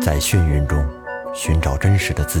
在眩晕中寻找真实的自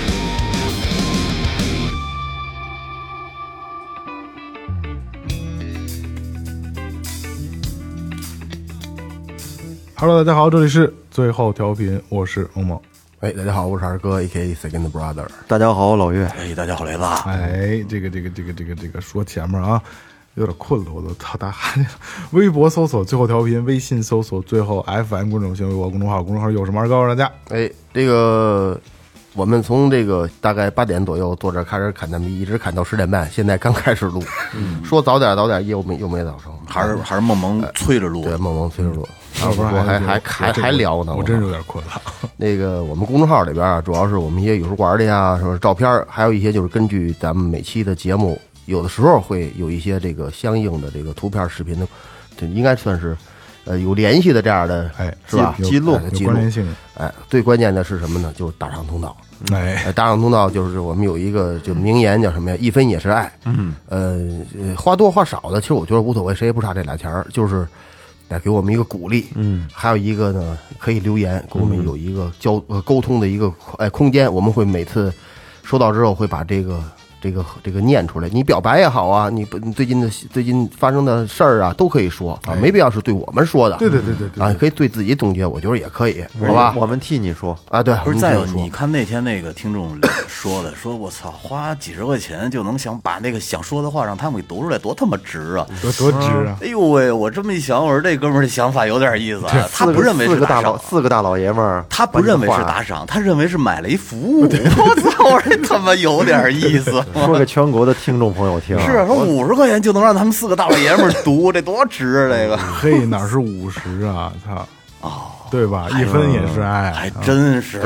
Hello，大家好，这里是最后调频，我是欧梦。哎，大家好，我是二哥，A.K.A. Second Brother。大家好，我老岳。哎，大家好，雷子。哎，这个这个这个这个这个说前面啊，有点困了，我都操大汗。微博搜索最后调频，微信搜索最后 FM 公众新微博公众号，公众号有什么二告诉大家。哎，这个我们从这个大概八点左右坐这儿开始砍蛋逼，一直砍到十点半，现在刚开始录。说早点早点，又没又没早成，嗯还是还是梦萌催着录对，梦萌催着录。啊要不然我还还还还还聊呢，嗯我真是有点困了。 那个我们公众号里边啊，主要是我们一些美术馆里啊，什么照片儿，还有一些就是根据咱们每期的节目，有的时候会有一些这个相应的这个图片、视频的，这应该算是呃有联系的这样的，哎，是吧？有记录有记有录关。联性。哎，最关键的是什么呢？就是大赏通道。哎，呃，大赏通道就是我们有一个就名言叫什么呀？一分也是爱。嗯，呃，呃花多花少的，其实我觉得无所谓，谁也不差这俩钱儿，就是得给我们一个鼓励。嗯，还有一个呢，可以留言跟我们有一个交、呃沟通的一个哎空间，我们会每次收到之后会把这个。这个这个念出来，你表白也好啊，你不你最近的最近发生的事儿啊，都可以说啊，没必要是对我们说的。对对对对对啊，可以对自己总结，我觉得也可以，好吧？我们替你说，啊，对，不是我们再有，这么说你看那天那个听众说 的，说我操，花几十块钱就能想把那个想说的话让他们给读出来，多他妈值啊！多多值啊！哎呦喂，我这么一想，我说这哥们儿这想法有点意思啊，他四个不认为四是个打大老赏。四个大老爷们儿，他不认为是打赏，他认为是买了一服务。我操！我这他妈有点意 思。说给全国的听众朋友听，啊是啊，说五十块钱就能让他们四个大老爷们儿读， 这多值啊！这个嘿，哪是五十啊？操！哦，对吧？哎一分也是爱还。真是。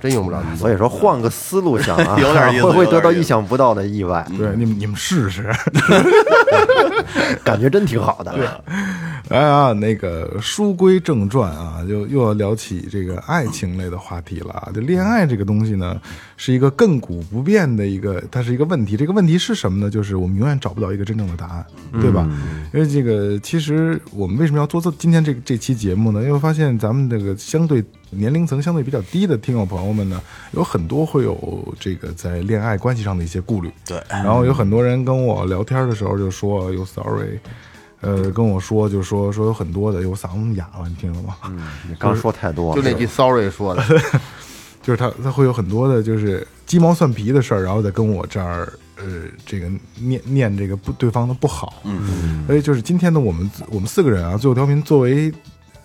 真用不了。所以说换个思路想 啊，有 点意思会会有点得到意思意想不到的意外，对，你们你们试试。感觉真挺好的。哎啊，那个书归正传啊，又又要聊起这个爱情类的话题了啊。这恋爱这个东西呢，是一个亘古不变的一个，它是一个问题。这个问题是什么呢？就是我们永远找不到一个真正的答案，对吧？因为这个，其实我们为什么要做这今天这这期节目呢？因为发现咱们这个相对年龄层相对比较低的听友朋友们呢，有很多会有这个在恋爱关系上的一些顾虑。对然后有很多人跟我聊天的时候就说有 sorry。呃，跟我说，就说说有很多的，有嗓子哑了，你听了吗？嗯你刚说太多就了，那句 sorry 说的，就是他他会有很多的，就是鸡毛蒜皮的事儿，然后再跟我这儿呃这个念念这个不对方的不好，嗯，所以就是今天呢，我们我们四个人啊，最后调频作为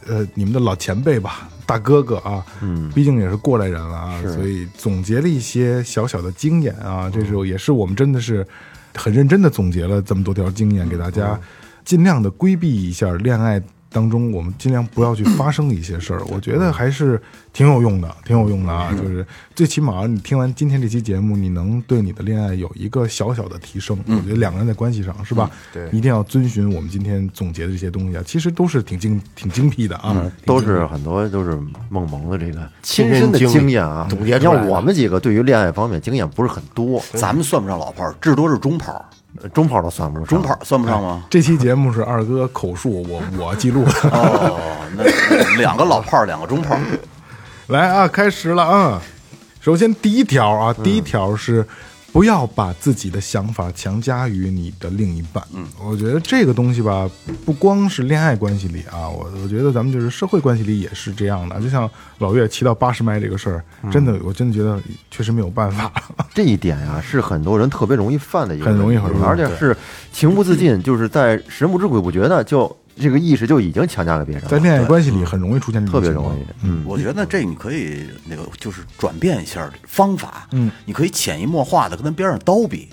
呃你们的老前辈吧，大哥哥啊，嗯，毕竟也是过来人了啊，所以总结了一些小小的经验啊，这时候也是我们真的是很认真的总结了这么多条经验，给大家尽量的规避一下恋爱。当中，我们尽量不要去发生一些事儿，我觉得还是挺有用的，挺有用的啊！就是最起码你听完今天这期节目，你能对你的恋爱有一个小小的提升。我觉得两个人在关系上是吧？对，一定要遵循我们今天总结的这些东西啊，其实都是挺精挺精辟的啊，都是很多都是梦萌的这个亲身的经历经验啊。总结你出来像我们几个对于恋爱方面经验不是很多，咱们算不上老炮儿，至多是中炮儿，呃中炮都算不上，中炮儿算不上吗？这期节目是二哥口述，我我记录的。哦，那那两个老炮儿，两个中炮儿，来啊，开始了啊！首先第一条啊，第一条是不要把自己的想法强加于你的另一半。嗯，我觉得这个东西吧，不光是恋爱关系里啊，我我觉得咱们就是社会关系里也是这样的。就像老岳骑到八十迈这个事儿，真的，我真的觉得确实没有办法。这一点呀、是很多人特别容易犯的一个问题，嗯很容易很容易嗯而且是情不自禁，就是在神不知鬼不觉的，就这个意识就已经强加给别人在了，恋爱关系里很容易出现这特种别情容况易。。我觉得这你可以那个就是转变一下方法，嗯，你可以潜移默化的跟他边上叨逼，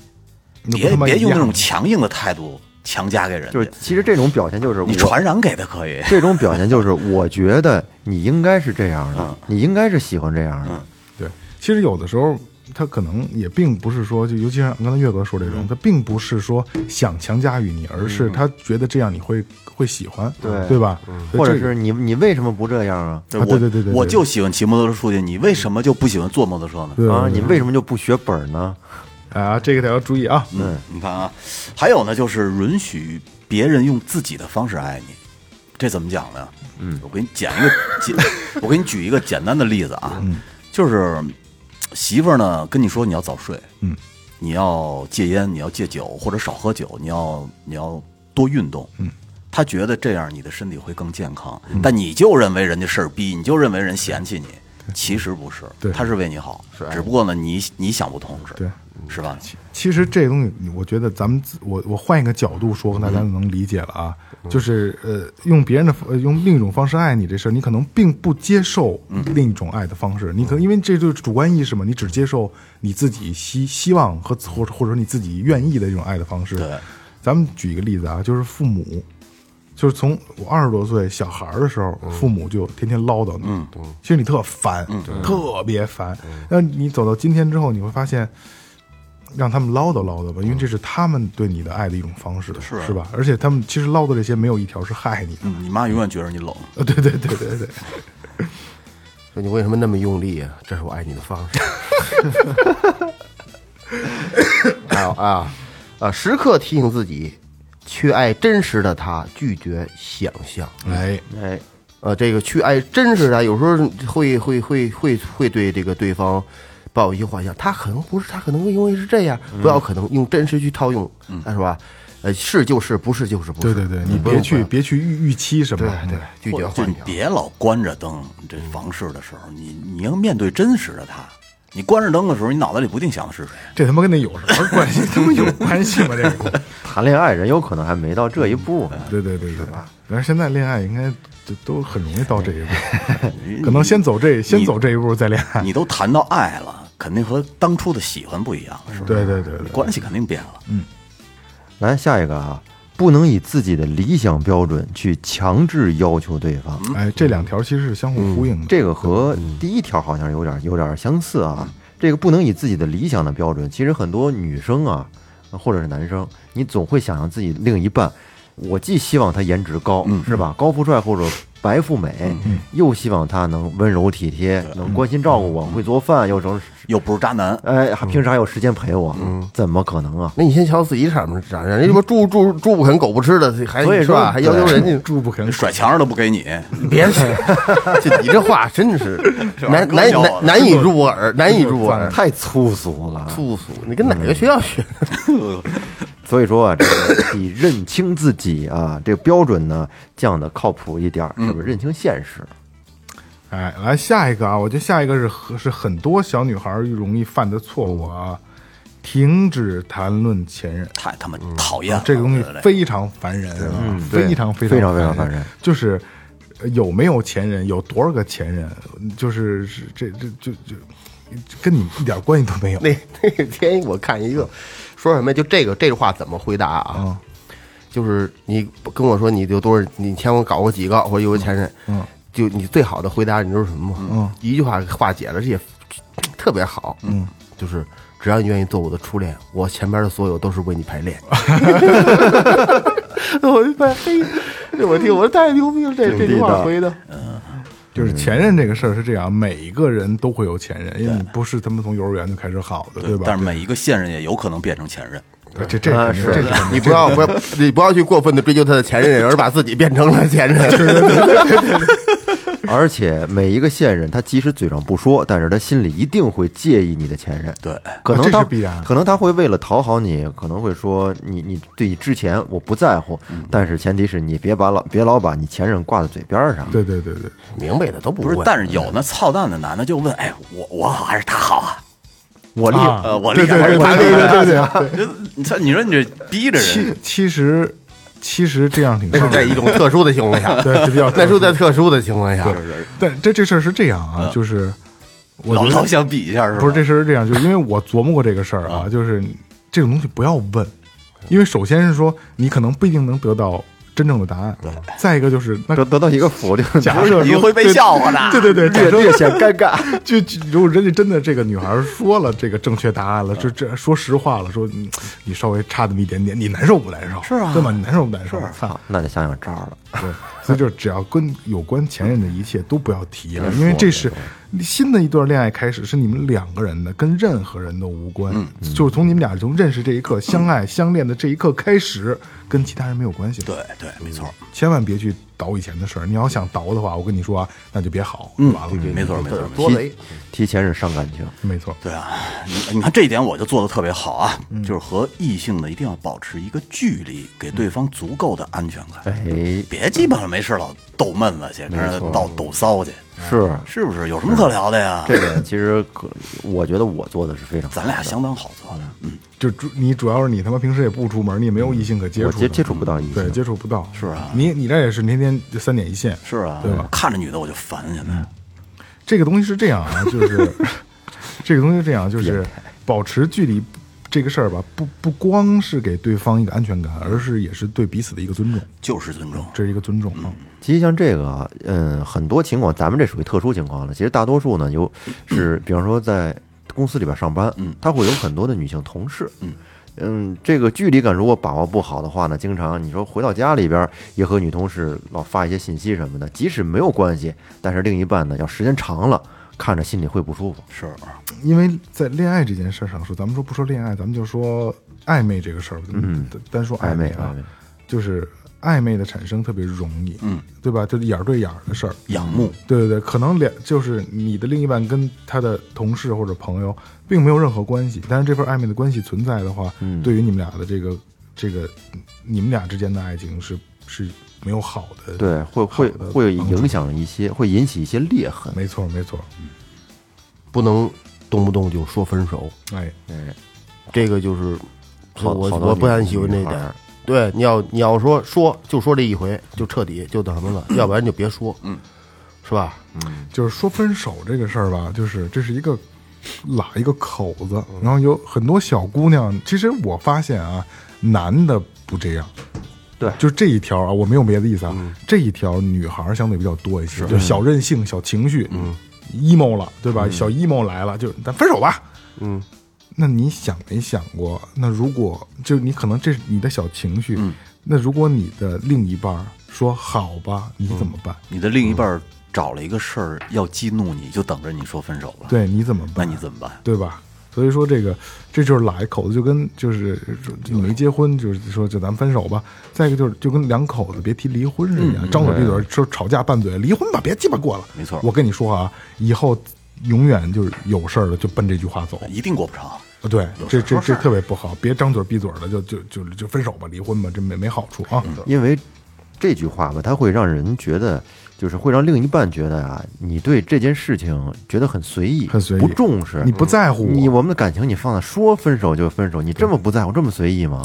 那不别他妈别一用那样种吗强硬的态度强加给人家，就是其实这种表现就是你我。传染给他可以， 啊这种表现就是，我觉得你应该是这样的，你应该是喜欢这样的。对，其实有的时候他可能也并不是说，就尤其像刚才岳哥说这嗯种，他并不是说想强加于你，而是他觉得这样你会会喜欢，对对吧？嗯或者这个是你你为什么不这样啊？啊对我对对对我对就喜欢骑摩托车出去，你为什么就不喜欢坐摩托车呢？对啊，你为什么就不学本儿呢？啊，这个得要注意啊，嗯，你看啊，还有呢，就是允许别人用自己的方式爱你，这怎么讲呢？嗯，我给你讲一个，简， 我给你举一个简单的例子啊，就是媳妇儿呢跟你说你要早睡，嗯，你要戒烟，你要戒酒或者少喝酒，你要你要多运动，嗯。她觉得这样你的身体会更健康，但你就认为人家事儿逼，你就认为人嫌弃你，其实不是对，他是为你嗯好，只不过呢，你你想不通是，对，是吧？其实这东西，我觉得咱们自我我换一个角度说，可能大家能理解了啊。就是呃，用别人的呃用另一种方式爱你这事儿，你可能并不接受另一种爱的方式，你可能因为这就是主观意识嘛，你只接受你自己希希望和或者或者你自己愿意的这种爱的方式。对，咱们举一个例子啊，就是父母，就是从我二十多岁小孩儿的时候，父母就天天唠叨你，其实你特烦，特别烦。那你走到今天之后，你会发现，让他们唠叨唠叨吧，因为这是他们对你的爱的一种方式，嗯是啊吧？而且他们其实唠叨这些没有一条是害你的，嗯，你妈永远觉得你冷。呃， 对对对对对，说你为什么那么用力啊？这是我爱你的方式。还有 啊，啊，时刻提醒自己，去爱真实的他，拒绝想象。哎，哎，呃，这个去爱真实的他，有时候会会会会会对这个对方抱有一些幻想，他可能不是，他可能因为是这样，不要可能用真实去套用，是吧？呃，是就是，不是就是不对是。嗯对对，你不别用去管别去预预期什么，对嗯拒绝就幻你想。别老关着灯，这房事的时候，你你要面对真实的他。你关着灯的时候，你脑袋里不定想的是谁。这他妈跟那有什么关系？ 他妈有关系吗？这 个，谈恋爱人有可能还没到这一步呢。对对对对，但是现在恋爱应该都都很容易到这一 步，你可能先走这先你走这一步再恋爱，你都谈到爱了，肯定和当初的喜欢不一样了，是不是？对对对对，关系肯定变嗯了。来下一个啊，不能以自己的理想标准去强制要求对方，哎，这两条其实是相互呼应嗯的。这个和第一条好像有点有点相似啊。这个不能以自己的理想的标准，其实很多女生啊，或者是男生，你总会想象自己另一半，我既希望他颜值高，是吧？高富帅或者白富美，又希望他能温柔体贴，能关心照顾我，会做饭，又能又不是渣男，哎，还平时还有时间陪我，怎么可能啊？那你先瞧自己长什么长样，人家说猪猪猪不啃狗不吃的，还所以是说吧？还要求人家猪不肯甩墙上都不给你，别吃，就你这话真 是难搞难笑啊难难以入耳，难以入耳。太粗俗了。粗俗，你跟哪个学校学的？所以说啊，这个得认清自己啊，这个标准呢降的靠谱一点儿，是不是？认清现实。哎，来下一个啊！我觉得下一个是和是很多小女孩容易犯的错误啊，停止谈论前任。太他妈讨厌了。嗯这个东西对不对非常烦人，啊，非常非常非常非常烦烦人。就是呃有没有前任，有多少个前任，就是是这这就就跟你一点关系都没有。 那那天我看一个，说什么呀就这个这个话怎么回答嗯啊？就是你跟我说你有多少，你前我搞过几个，或者有个前任，嗯，就你最好的回答，你知道是什么吗？嗯，一句话化解了，这也特别好，嗯，就是只要你愿意做我的初恋，我前边的所有都是为 你排练。我就发现，嘿，我听，我说太牛逼了，这这句话回的，就是前任这个事儿是这样，每一个人都会有前任，因为你不是他们从幼儿园就开始好的，对吧？但是每一个现任也有可能变成前任。对这这啊肯定这是肯定你不要不要，你不要去过分的追求他的前任，而把自己变成了前任。 而且每一个现任，他即使嘴上不说，但是他心里一定会介意你的前任。对，可啊能这他是必然的可能他会为了讨好你，可能会说你你对你之前我不在乎，嗯但是前提是你别把老别老把你前任挂在嘴边儿上。对对对对，明白的都不不是，问嗯但是嗯有那操蛋的男的就问：“哎，我我好还是他好啊？我厉啊呃，我对厉害对还对是对他厉对害对对。对。这你说，你说你这逼着人其，其实其实这样挺那伤是人的在一种特殊的情况 下，对这比较特殊那是在特殊的情况下，但这这事儿是这样啊，就是我老觉老得想比一下是吧？不 是这事儿是这样，就是因为我琢磨过这个事儿啊，嗯就是这种东西不要问，因为首先是说你可能不一定能得到真正的答案。对，再一个就是那得得到一个服就假设你说会被对笑话的。对对对，假略设略显尴 尬。就就如果人家真的这个女孩说了这个正确答案了，这这说实话了，说嗯你稍微差那么一点点，你难受不难受？是啊，对吧？你难受不难受？操，那得想想招儿了。对，所以就是只要跟有关前任的一切都不要提了，因为这是新的一段恋爱开始，是你们两个人的，跟任何人都无关。嗯嗯就是从你们俩从认识这一刻、相爱相恋的这一刻开始，跟其他人没有关系。对对，没错，千万别去倒以前的事儿。你要想倒的话，我跟你说啊，那就别好，完了。嗯没错没错。多雷提提前是伤感情，没错，对啊，你你看这一点我就做的特别好啊，嗯就是和异性的一定要保持一个距离，给对方足够的安全嗯感，哎，别基本上没事老逗闷子去，跟人倒抖骚去，是哎是不是？有什么可聊的呀？嗯这个，其实可我觉得我做的是非常好的，咱俩相当好做的，嗯，就主你主要是你他妈平时也不出门，你也没有异性可接我触的，接接触不到异对性，接触不到。是啊你你这也是天天三点一线，是啊，对吧？嗯看着女的我就烦，现在这个东西是这样 啊，就是这个东西是这样，就是保持距离这个事儿吧，不不光是给对方一个安全感，而是也是对彼此的一个尊重，就是尊重。这是一个尊重啊。其实像这个啊，嗯，很多情况，咱们这属于特殊情况了。其实大多数呢，有是，比方说在公司里边上班，嗯，他会有很多的女性同事，嗯。这个距离感如果把握不好的话呢，经常你说回到家里边也和女同事老发一些信息什么的，即使没有关系，但是另一半呢，要时间长了，看着心里会不舒服。是因为在恋爱这件事上说，咱们说不说恋爱，咱们就说暧昧这个事儿，嗯，单说暧昧啊暧昧暧昧，就是暧昧的产生特别容易，嗯，对吧？就是眼儿对眼儿的事儿，仰慕，对对对，可能两就是你的另一半跟他的同事或者朋友并没有任何关系，但是这份暧昧的关系存在的话，对于你们俩的这个这个你们俩之间的爱情是是没有好的，对，会会好的会帮助影响一些，会引起一些裂痕。没错没错，不能动不动就说分手，哎，哎，这个就是好我好多我不女太喜欢这女点孩儿儿。对，你要你要说说就说这一回就彻底就那什么了，要不然就别说，嗯，是吧？就是说分手这个事儿吧，就是这是一个拉一个口子，然后有很多小姑娘，其实我发现啊，男的不这样。对就这一条啊，我没有别的意思啊，这一条女孩儿相对比较多一些，就小任性、小情绪，嗯，emo 了，对吧？小 emo 来了，就咱分手吧，嗯。那你想没想过，那如果就你可能这是你的小情绪，那如果你的另一半儿说好吧，你怎么办？你的另一半儿找了一个事儿要激怒你，就等着你说分手了。，对，你怎么那办？你怎么办？对吧？所以说这个，这就是拉一口子，就跟就是就没结婚，就是说就咱们分手吧。再一个就是就跟两口子别提离婚是一样，张嘴闭嘴说吵架拌嘴，离婚吧，别鸡巴过了。嗯没错我跟你说啊，以后永远就是有事儿了就奔这句话走。一定过不长。对，这这这特别不好，别张嘴闭嘴的就就就就分手吧，离婚吧，这没没好处啊。嗯因为这句话吧，它会让人觉得，就是会让另一半觉得啊，你对这件事情觉得很随意，很随意不重视，嗯你不在乎我你我们的感情，你放在说分手就分手，你这么不在乎，这么随意吗？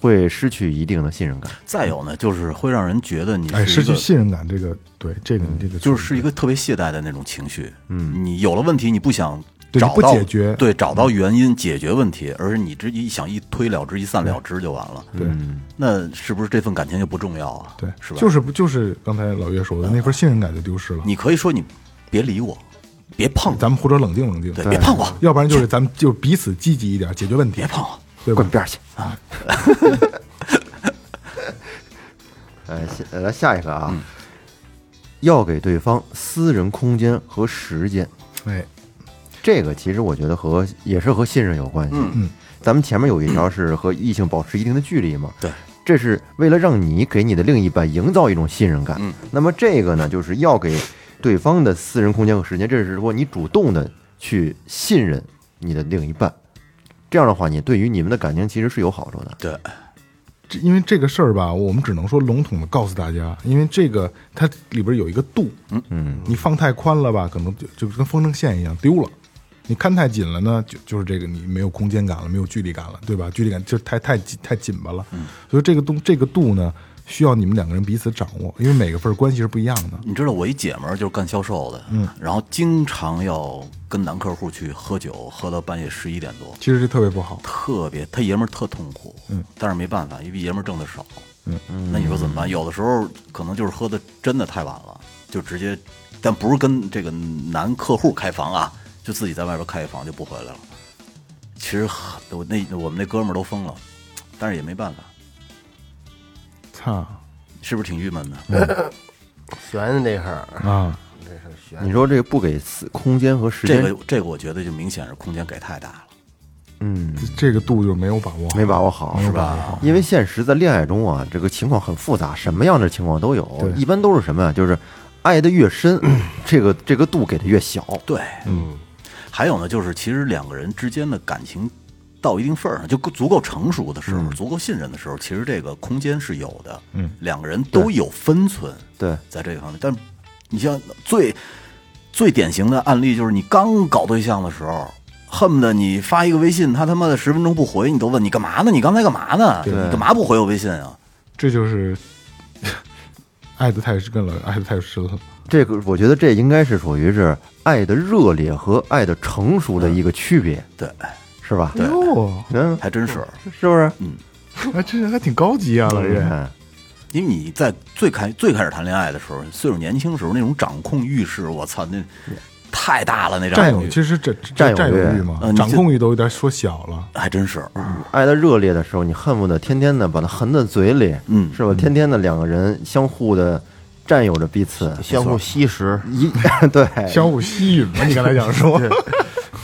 会失去一定的信任感。再有呢，就是会让人觉得你哎，是失一去个，嗯信任感，这个对这个你这个就是是是一个特别懈怠的那种情绪。嗯，你有了问题，你不想对找你不到解决嗯对，找到原因解决问题，而是你这一想一推了之，一散了之就完了。嗯对。那是不是这份感情就不重要啊？对，是吧？就是不就是刚才老岳说的那份信任感就丢失了。你可以说你别理我，别碰我，咱们互者冷静冷静，对，别碰我，要不然就是咱们就是彼此积极一点，解决问题别，碰我。对吧滚？边儿去啊！ 呃，下来下一个嗯啊，要给对方私人空间和时间。哎，这个其实我觉得和也是和信任有关系。嗯嗯，咱们前面有一条是和异性保持一定的距离嘛。对，这是为了让你给你的另一半营造一种信任感。嗯，那么这个呢，就是要给对方的私人空间和时间，这是说你主动的去信任你的另一半。这样的话，你对于你们的感情其实是有好处的。对，这因为这个事儿吧，我们只能说笼统的告诉大家，因为这个它里边有一个度，嗯嗯，你放太宽了吧，可能就就跟风筝线一样丢了。你看太紧了呢，就就是这个你没有空间感了，没有距离感了，对吧？距离感就太太紧太紧巴了，所以这个度这个度呢，需要你们两个人彼此掌握，因为每个份儿关系是不一样的。你知道我一姐们儿就是干销售的，嗯，然后经常要跟男客户去喝酒，喝到半夜十一点多，其实这特别不好，特别他爷们儿特痛苦，嗯，但是没办法，因为爷们儿挣的少，那你说怎么办？有的时候可能就是喝的真的太晚了，就直接，但不是跟这个男客户开房啊，就自己在外边开一房就不回来了。其实很我那我们那哥们儿都疯了，但是也没办法，操是不是挺郁闷的？悬这事儿，啊！这事儿悬。你说这个不给四空间和时这间，个这个我觉得就明显是空间给太大了，嗯，这个度就没有把握好，没把握好，是吧？因为现实在恋爱中啊，这个情况很复杂，什么样的情况都有对，一般都是什么呀？就是爱的越 深，这个这个度给的越小。对，嗯。还有呢，就是其实两个人之间的感情到一定份儿上，就足够成熟的时候，足够信任的时候，其实这个空间是有的，嗯，两个人都有分寸，对，在这个方面。但你像最最典型的案例，就是你刚搞对象的时候，恨不得你发一个微信，他他妈的十分钟不回，你都问你干嘛呢？你刚才干嘛呢？你干嘛不回我微信啊？这就是 爱的太深了，爱的太深了。这个我觉得这应该是属于是爱的热烈和爱的成熟的一个区别，对，是吧？对哟，嗯，还真是，是不是？还真是还挺高级啊，老你人。看，因为你在最开最开始谈恋爱的时候，岁数年轻的时候那种掌控欲是，我操，那太大了那占掌控有欲，其实这占有占有欲欲嘛呃，你掌就控欲都有点缩小了。还真是，嗯嗯爱的热烈的时候，你恨不得天天的把它含在嘴里，嗯是吧？天天的两个人相互的占有着彼此，相互吸食，一 对相互吸引嘛，你刚才想说，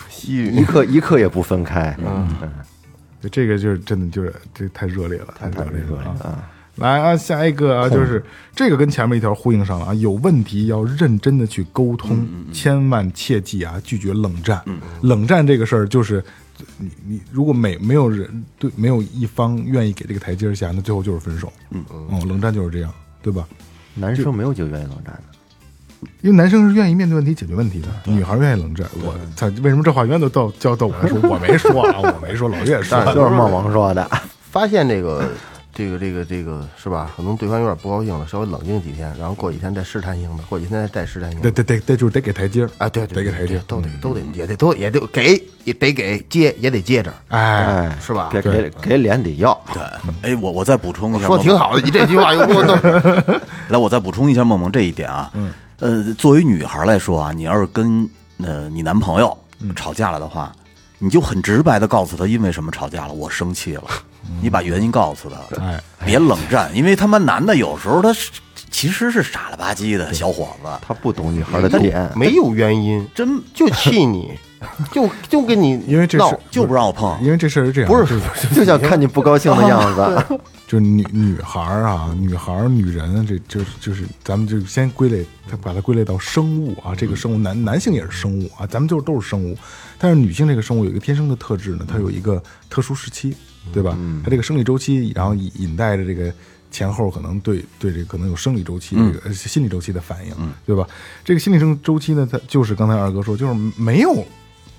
吸吮一刻一刻也不分开。嗯，对这个就是真的就是这太热烈了，太热烈热了烈了啊！来啊，下一个啊，就是这个跟前面一条呼应上了啊，有问题要认真的去沟通，千万切记啊，拒绝冷战。冷战这个事儿就是。你你如果没没有人对没有一方愿意给这个台阶儿下，那最后就是分手。嗯嗯，冷战就是这样，对吧？男生没有几个愿意冷战的。因为男生是愿意面对问题、解决问题的，女孩愿意冷战。我操，为什么这话原来都到叫到我来说？我没说啊，我没说，老岳说 的。就是孟王说的，发现这个 这个这个这个是吧？可能对方有点不高兴了，稍微冷静几天，然后过几天再试探性的，过几天再试探性得的。得得得，就是得给台阶儿啊，对得对，给对台阶儿，都得都得也得都也得给也得给接也得接着，哎，哎，是吧给给给脸得要，嗯对，哎，我我再补充一下， 说挺好的，你这句话又 给我弄来，我再补充一下梦梦这一点啊，嗯，呃，作为女孩来说啊，你要是跟呃你男朋友嗯吵架了的话，你就很直白的告诉他因为什么吵架了，我生气了，你把原因告诉他，嗯哎，别冷战，因为他妈男的有时候他是其实是傻了吧唧的小伙子，他不懂女孩的点，没有原因，真就气你，就就跟你因为这闹是就不让我碰，因为这事儿是这样，不，就是就想看你不高兴的样子。就是女女孩儿啊，女孩儿、女人啊，这就是就是咱们就先归类，它把它归类到生物啊，这个生物男男性也是生物啊，咱们就是都是生物，但是女性这个生物有一个天生的特质呢，它有一个特殊时期，对吧？它这个生理周期，然后引引带着这个前后可能对对这可能有生理周期、这个呃心理周期的反应，对吧？这个心理周周期呢，它就是刚才二哥说，就是没有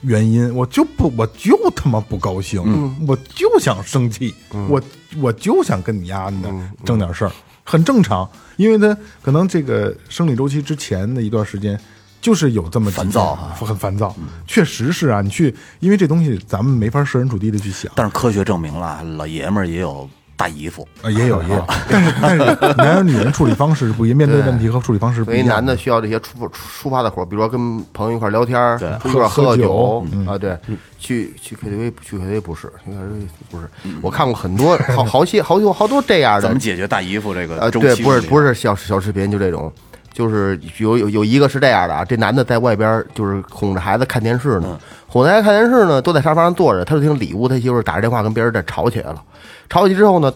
原因，我就不，我就他妈不高兴，我就想生气，我我就想跟你丫的争点事儿，很正常，因为他可能这个生理周期之前的一段时间。就是有这么几烦躁天啊很烦躁，确实是啊。你去，因为这东西咱们没法设身处地的去想，但是科学证明了，老爷们儿也有大姨夫，呃，也有也有，但是但是男人女人处理方式是不一样，面对问题和处理方 式不所一以样。男的需要这些出出出发的活儿，比如说跟朋友一块儿聊天儿，出去一块儿喝喝个酒嗯酒啊，对，去去 KTV 去 KTV 不是，去 KTV 不是，嗯我看过很多好好些好多好多这样怎的么，解决大姨夫这个呃，周对，期不是问题不是小小视频，就这种，就是有有有一个是这样的啊，这男的在外边儿就是哄着孩子看电视嗯呢，哄着孩子看电视呢，都在沙发上坐着，他就听里屋他媳妇儿打着电话跟别人在吵起来了，吵起之后呢，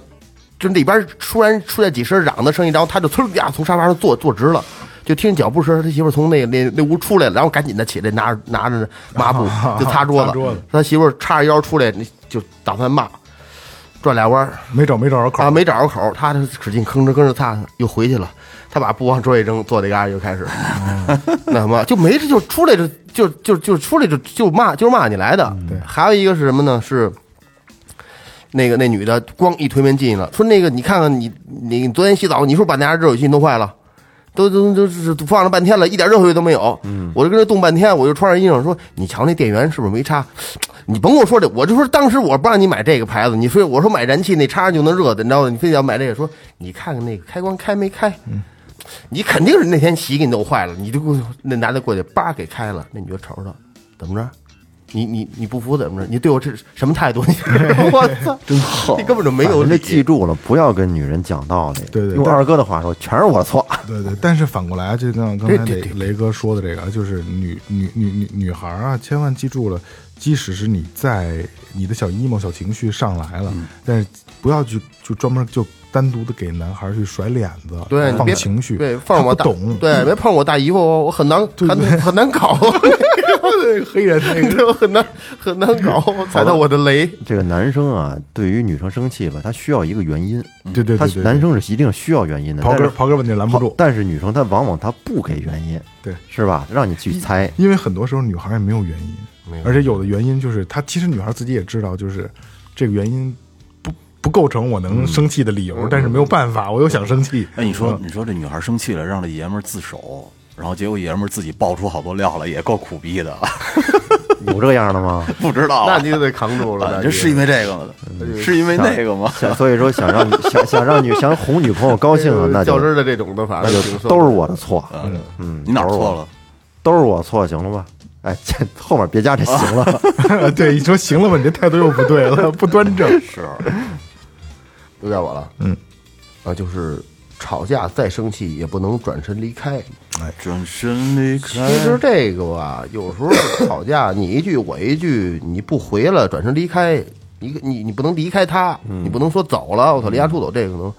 就里边突然出现几声嚷的声音，然后他就嗖呀从沙发上坐坐直了。就听脚步声，他媳妇儿从那那那屋出来了，然后赶紧的起来，拿着拿着抹 布就擦桌子。擦桌子他媳妇儿叉着腰出来，就打算骂，转俩弯儿，没找没找着口啊，没找着口儿，他就使劲吭哧吭哧擦，又回去了。他把布往桌一扔，坐那嘎达就开始， 那什么就没事就出来就就就就出来就就骂就是骂你来的。对，还有一个是什么呢？是那个那女的光一推门进去了，说那个你看看你你昨天洗澡，你是不是把那家热水器弄坏了？都都都是放了半天了，一点热水都没有。嗯，我就跟这冻半天，我就穿上衣裳说：“你瞧那电源是不是没插？你甭跟我说这，我就说当时我不让你买这个牌子，你说我说买燃气那插上就能热的，你知道吗？你非得要买这个，说你看看那个开关开没开，嗯你肯定是那天洗给你弄坏了，你就给我那男的过去叭给开了，那你就瞅瞅，怎么着？你你你不服怎么着？你对我这什么态度？你 我操， 真好，你根本就没有人理家记住了，不要跟女人讲道理。对对用二哥的话说，全是我错。对对，但是反过来，啊就像刚才对雷对对雷哥说的这个，就是女女女女女孩儿啊，千万记住了，即使是你在你的小 emo 小情绪上来了，嗯但是不要去就专门就单独的给男孩儿去甩脸子，对，你放别情绪，对，放他我不大懂，对，别碰我大姨夫，我很难很很难搞， 黑人那个，对，我很难很难搞，我踩到我的雷。这个男生啊，对于女生生气吧，他需要一个原因。对对他对对，男生是一定需要原因的。刨根但是刨根问底拦不住，但是女生她往往她不给原因，对，是吧？让你去 猜。因为很多时候女孩儿也没有原因，而且有的原因就是她其实女孩儿自己也知道，就是这个原因不不构成我嗯能生气的理由，但是没有办法，我又想生气。哎，嗯你说，你说这女孩生气了，让这爷们儿自首，然后结果爷们儿自己爆出好多料来，也够苦逼的， 有这样的吗？不知道那啊。你就得扛住 了。啊那你你这是因为这个吗？嗯是因为那个 吗？想所以说想让想想让女想哄女朋友高兴啊，那呃较就真儿的哎这种的，反那正就都是我的错，嗯，你哪儿错啊了？都是我错，行了吧？哎，这后面别加这行了。 对，你说行了吧？你这态度又不对了，不端正。是，都该我了。嗯，啊，就是吵架再生气也不能转身离开。哎转身离哎开其。实啊这个吧，有时候吵架你一句我一句，你不回了，转身离开，你你你不能离开他，嗯你不能说走了，我操，离家出走，这个可能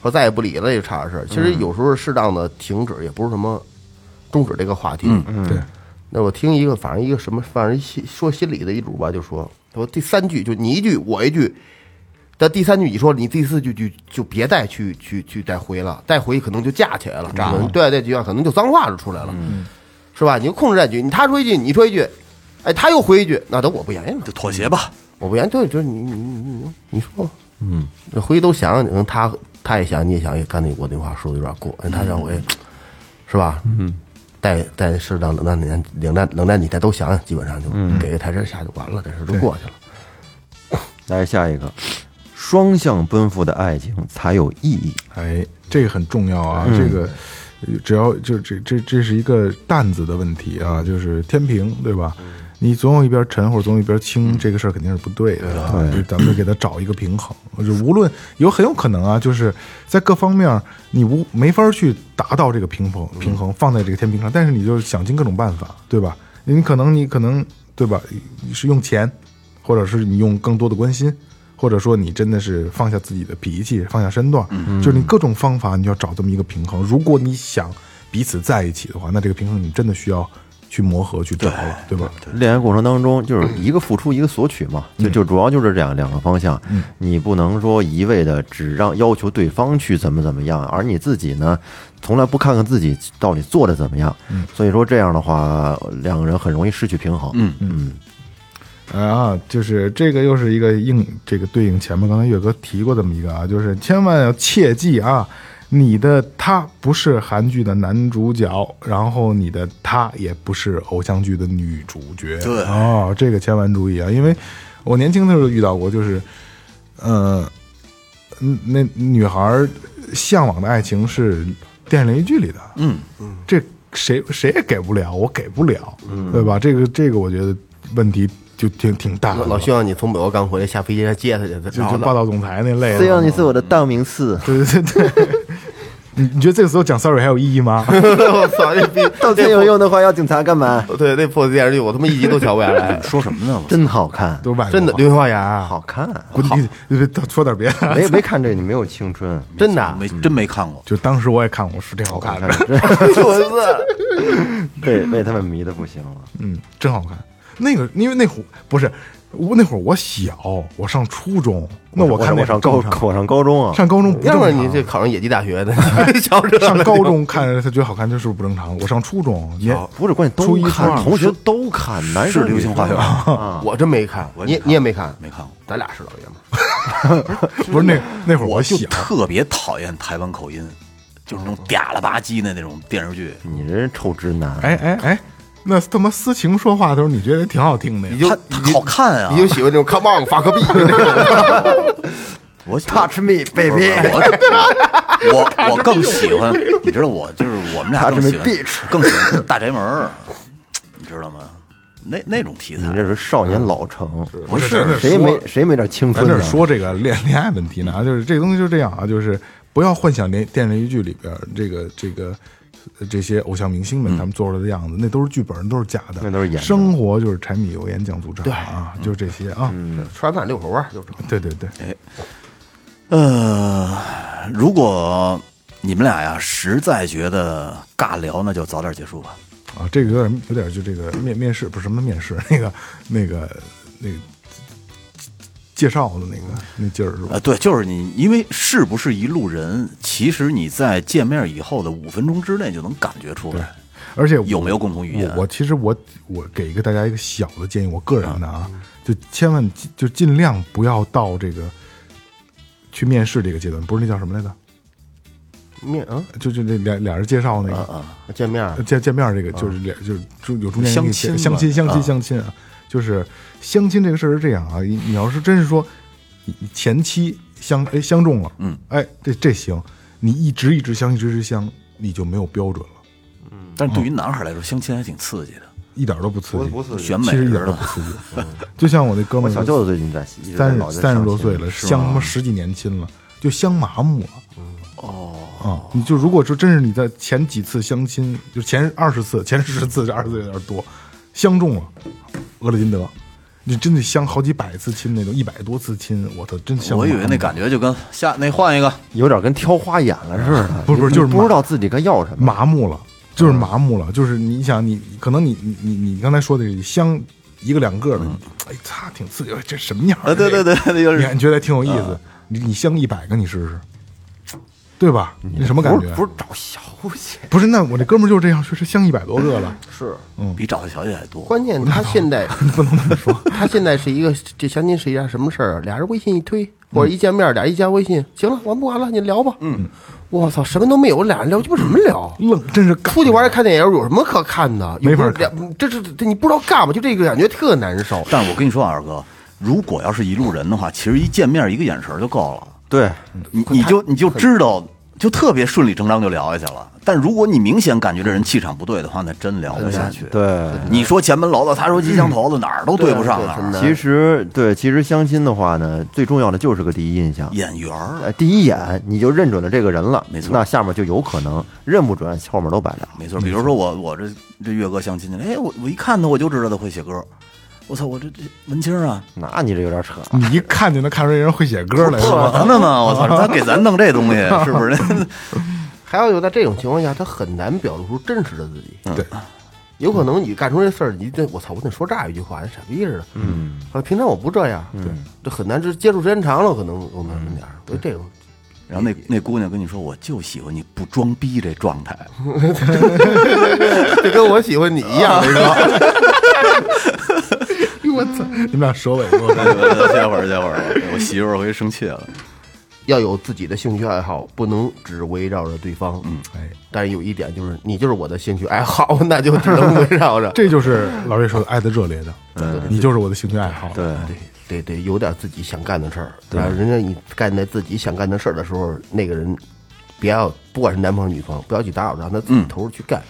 说再也不理了，这差点事儿。其嗯实有时候适当的停止也不是什么终止这个话题。嗯对，那我听一个，反正一个什么，反正心说心理的一主吧，就说，他说第三句就你一句我一句，但第三句你说你第四句就就别再去去去再回了，再回可能就架起来了，可能对对，就要可能就脏话就出来了，是吧？你就控制这句，你他说一句，你说一句，哎，他又回一句，那等我不言语了，就妥协吧，我不言对，就是你你你你你说吧，嗯，这回头想想，可能他他也想，你也想，也干脆我那话说的有点过，哎他想我也，是吧？嗯，再再适当冷淡几天，冷淡冷淡几天都想想，基本上就给个台阶下就完了，这事就过去了。来下一个，双向奔赴的爱情才有意义。哎，这个很重要啊，这个。呃只要就这这这是一个担子的问题啊，就是天平对吧？你总有一边沉或者总有一边轻，这个事儿肯定是不对的啊。就咱们就给它找一个平衡，就无论有很有可能啊，就是在各方面你无没法去达到这个平衡平衡放在这个天平上，但是你就想尽各种办法，对吧？你可能你可能对吧？你是用钱，或者是你用更多的关心，或者说你真的是放下自己的脾气，放下身段，就是你各种方法，你要找这么一个平衡。如果你想彼此在一起的话，那这个平衡你真的需要去磨合去找了，对吧？恋爱过程当中，就是一个付出，一个索取嘛，就就主要就是这样两个方向。你不能说一味的只让要求对方去怎么怎么样，而你自己呢，从来不看看自己到底做的怎么样。所以说这样的话，两个人很容易失去平衡。嗯嗯，啊，就是这个又是一个应这个对应前面刚才岳哥提过这么一个啊，就是千万要切记啊，你的他不是韩剧的男主角，然后你的他也不是偶像剧的女主角。对哦，这个千万注意啊，因为我年轻的时候遇到过，就是，呃，嗯那女孩儿向往的爱情是电视连续剧里的，嗯嗯，这谁谁也给不了，我给不了，对吧？这个这个，我觉得问题就挺挺大的老了，老希望你从美国刚回来，下飞机上接他去，就然就 后霸道总裁那类的。虽然你是我的道明 寺，对对对对，你你觉得这个时候讲 sorry 还有意义吗？ 我操，这逼道歉有用的话要警察干嘛？对那破电视剧，我他妈一集都瞧不下来，说什么呢？真好看，都外国真的话刘华牙，好 看，滚你你别说点别的。没没看这你没有青春，真的，没真没看过。就当时我也看过，是挺好看的，被被他们迷的不行了。嗯，真好看。那个因为那会儿不是我那会儿我小，我上初中，那我看那我上高正常我上高中啊，上高中不要正不常然你这考上野鸡大学的，你 瞧这上了高中看他觉得好看，这是不是不正常？我上初中也不是关键初都一初看，二同学都看，哎男是生流星花园，啊我真没看，我也你没也看你也 没没看，看过，咱俩是老爷们儿，不是那那会儿我小就，特别讨厌台湾口音，就是那种嗲了吧唧的那种电视剧。你这是臭直男！哎哎哎，那他妈私情说话的时候，你觉得挺好听的呀你？就他他好看啊你就喜欢这种 come on 发 个币我 Touch me, 不是 baby。我我我更喜欢，你知道我就是我们俩更喜 Touch 欢 me, bitch 更喜欢大宅门儿，你知道吗？那那种题材你这是少年老成，不是咱这谁说没谁没点青咱春这呢？说这个恋恋爱问题呢，啊就是这个东西就这样啊，就是不要幻想连电视剧里边儿这个这个呃这些偶像明星们他们做出来的样子，那都是剧本，那都是假的，那都是演的生活就是柴米油盐酱醋茶啊，就是这些啊，吃饭遛口弯就这。对对对，呃，如果你们俩呀实在觉得尬聊，那就早点结束吧。啊，这个有点有点就这个面面试不是什么面试，那个那个那个介绍的那个那劲儿是吧呃，？对，就是你，因为是不是一路人，其实你在见面以后的五分钟之内就能感觉出来。而且我呃有没有共同语言我我其实我我给一个大家一个小的建议，我个人的啊，嗯就千万尽就尽量不要到这个去面试这个阶段，不是那叫什么来着？面嗯啊，就就那俩俩人介绍那个、见面儿见见面儿这个，就是俩、就是就有中间相一个亲相嘛亲相亲啊相亲啊，就是相亲这个事儿是这样啊，你你要是真是说你你前期相哎相中了，嗯，哎这这行，你一直一直相一直一直相，你就没有标准了。但是对于嗯男孩来说，相亲还挺刺激的，一点儿都不刺激，选美其实一人点都了不。刺激。嗯就像我那哥我们小儿，舅子最近在三十三十多岁了，是相他吗嗯妈十几年亲了，就相麻木了。哦，啊，你就如果说真是你在前几次相亲，就前二十次、前十次，这二十次有点多，相中了，俄勒金德，你真得相好几百次亲那种，一百多次亲，我操，真相麻我木。以为那感觉就跟下那换一个，有点跟挑花眼了似的， 不是不是就是不知道自己该要什么。麻木了，就是麻木了，就是你想你可能你你你你刚才说的相一个两个的，哎，擦，挺刺激，这什么样嗯儿啊？啊，对对这个对，那就你是看你觉得还挺有意思。你你相一百个，你试试，对吧？你什么感不觉？啊是不是找小姐，不是，那我这哥们儿就是这样，说是相一百多个了， 是，比找的小姐还多。关键他现在你不能这么说。 他现在是一个这相亲是一件什么事儿啊？俩人微信一推，或嗯者一见面，俩人一加微信，行了，完不完了，你聊吧。嗯，我操，什么都没有，俩人聊鸡巴什么聊？愣真是尬出去玩儿看电影有什么可看的？有没法不是俩看，这是这你不知道干嘛，就这个感觉特难受。但是我跟你说啊，二哥，如果要是一路人的话，其实一见面一个眼神就够了。对，你你就你就知道，就特别顺理成章就聊下去了。但如果你明显感觉这人气场不对的话，那真聊不下去。，对。你说前门楼子，他说吉祥头子，哪儿都对不上啊哪对很儿。难其实对，其实相亲的话呢，最重要的就是个第一印象。眼缘儿，呃，第一眼你就认准了这个人了，没错那下面就有可能认不准，后面都白聊。没错。比如说我我这这岳哥相亲去了，哎，我我一看他我就知道他会写歌，我操，我这这文青啊，那你这有点扯。你一看就能看出这人会写歌来，是破吧？咱们嘛，我操，他给咱弄这东西是不是？还有就在这种情况下，他很难表露出真实的自己。对，有可能你干出这事儿，你这我操，我得说这样一句话，跟傻逼似的。嗯，啊，平常我不这样，对，这很难。这接触时间长了，可能我们点儿，我觉得这种 然后那那姑娘跟你说，我就喜欢你不装逼这状 态。这跟我喜欢你一样，是吧？我操，你们俩舌吻过吗？歇会儿，歇会儿，我媳妇儿回去生气了。 要有自己的兴趣爱好，不能只围绕着对方。嗯， 哎，但是有一点就是，你就是我的兴趣爱好，那就只能围绕 着。这就是老魏说的爱的热烈的，你就是我的兴趣爱好。嗯对，对对对，有点自己想干的事儿。然后人家你干在自己想干的事儿的时候，那个人不要，不管是男朋友女朋友，不要去打扰，让他自己投入去干。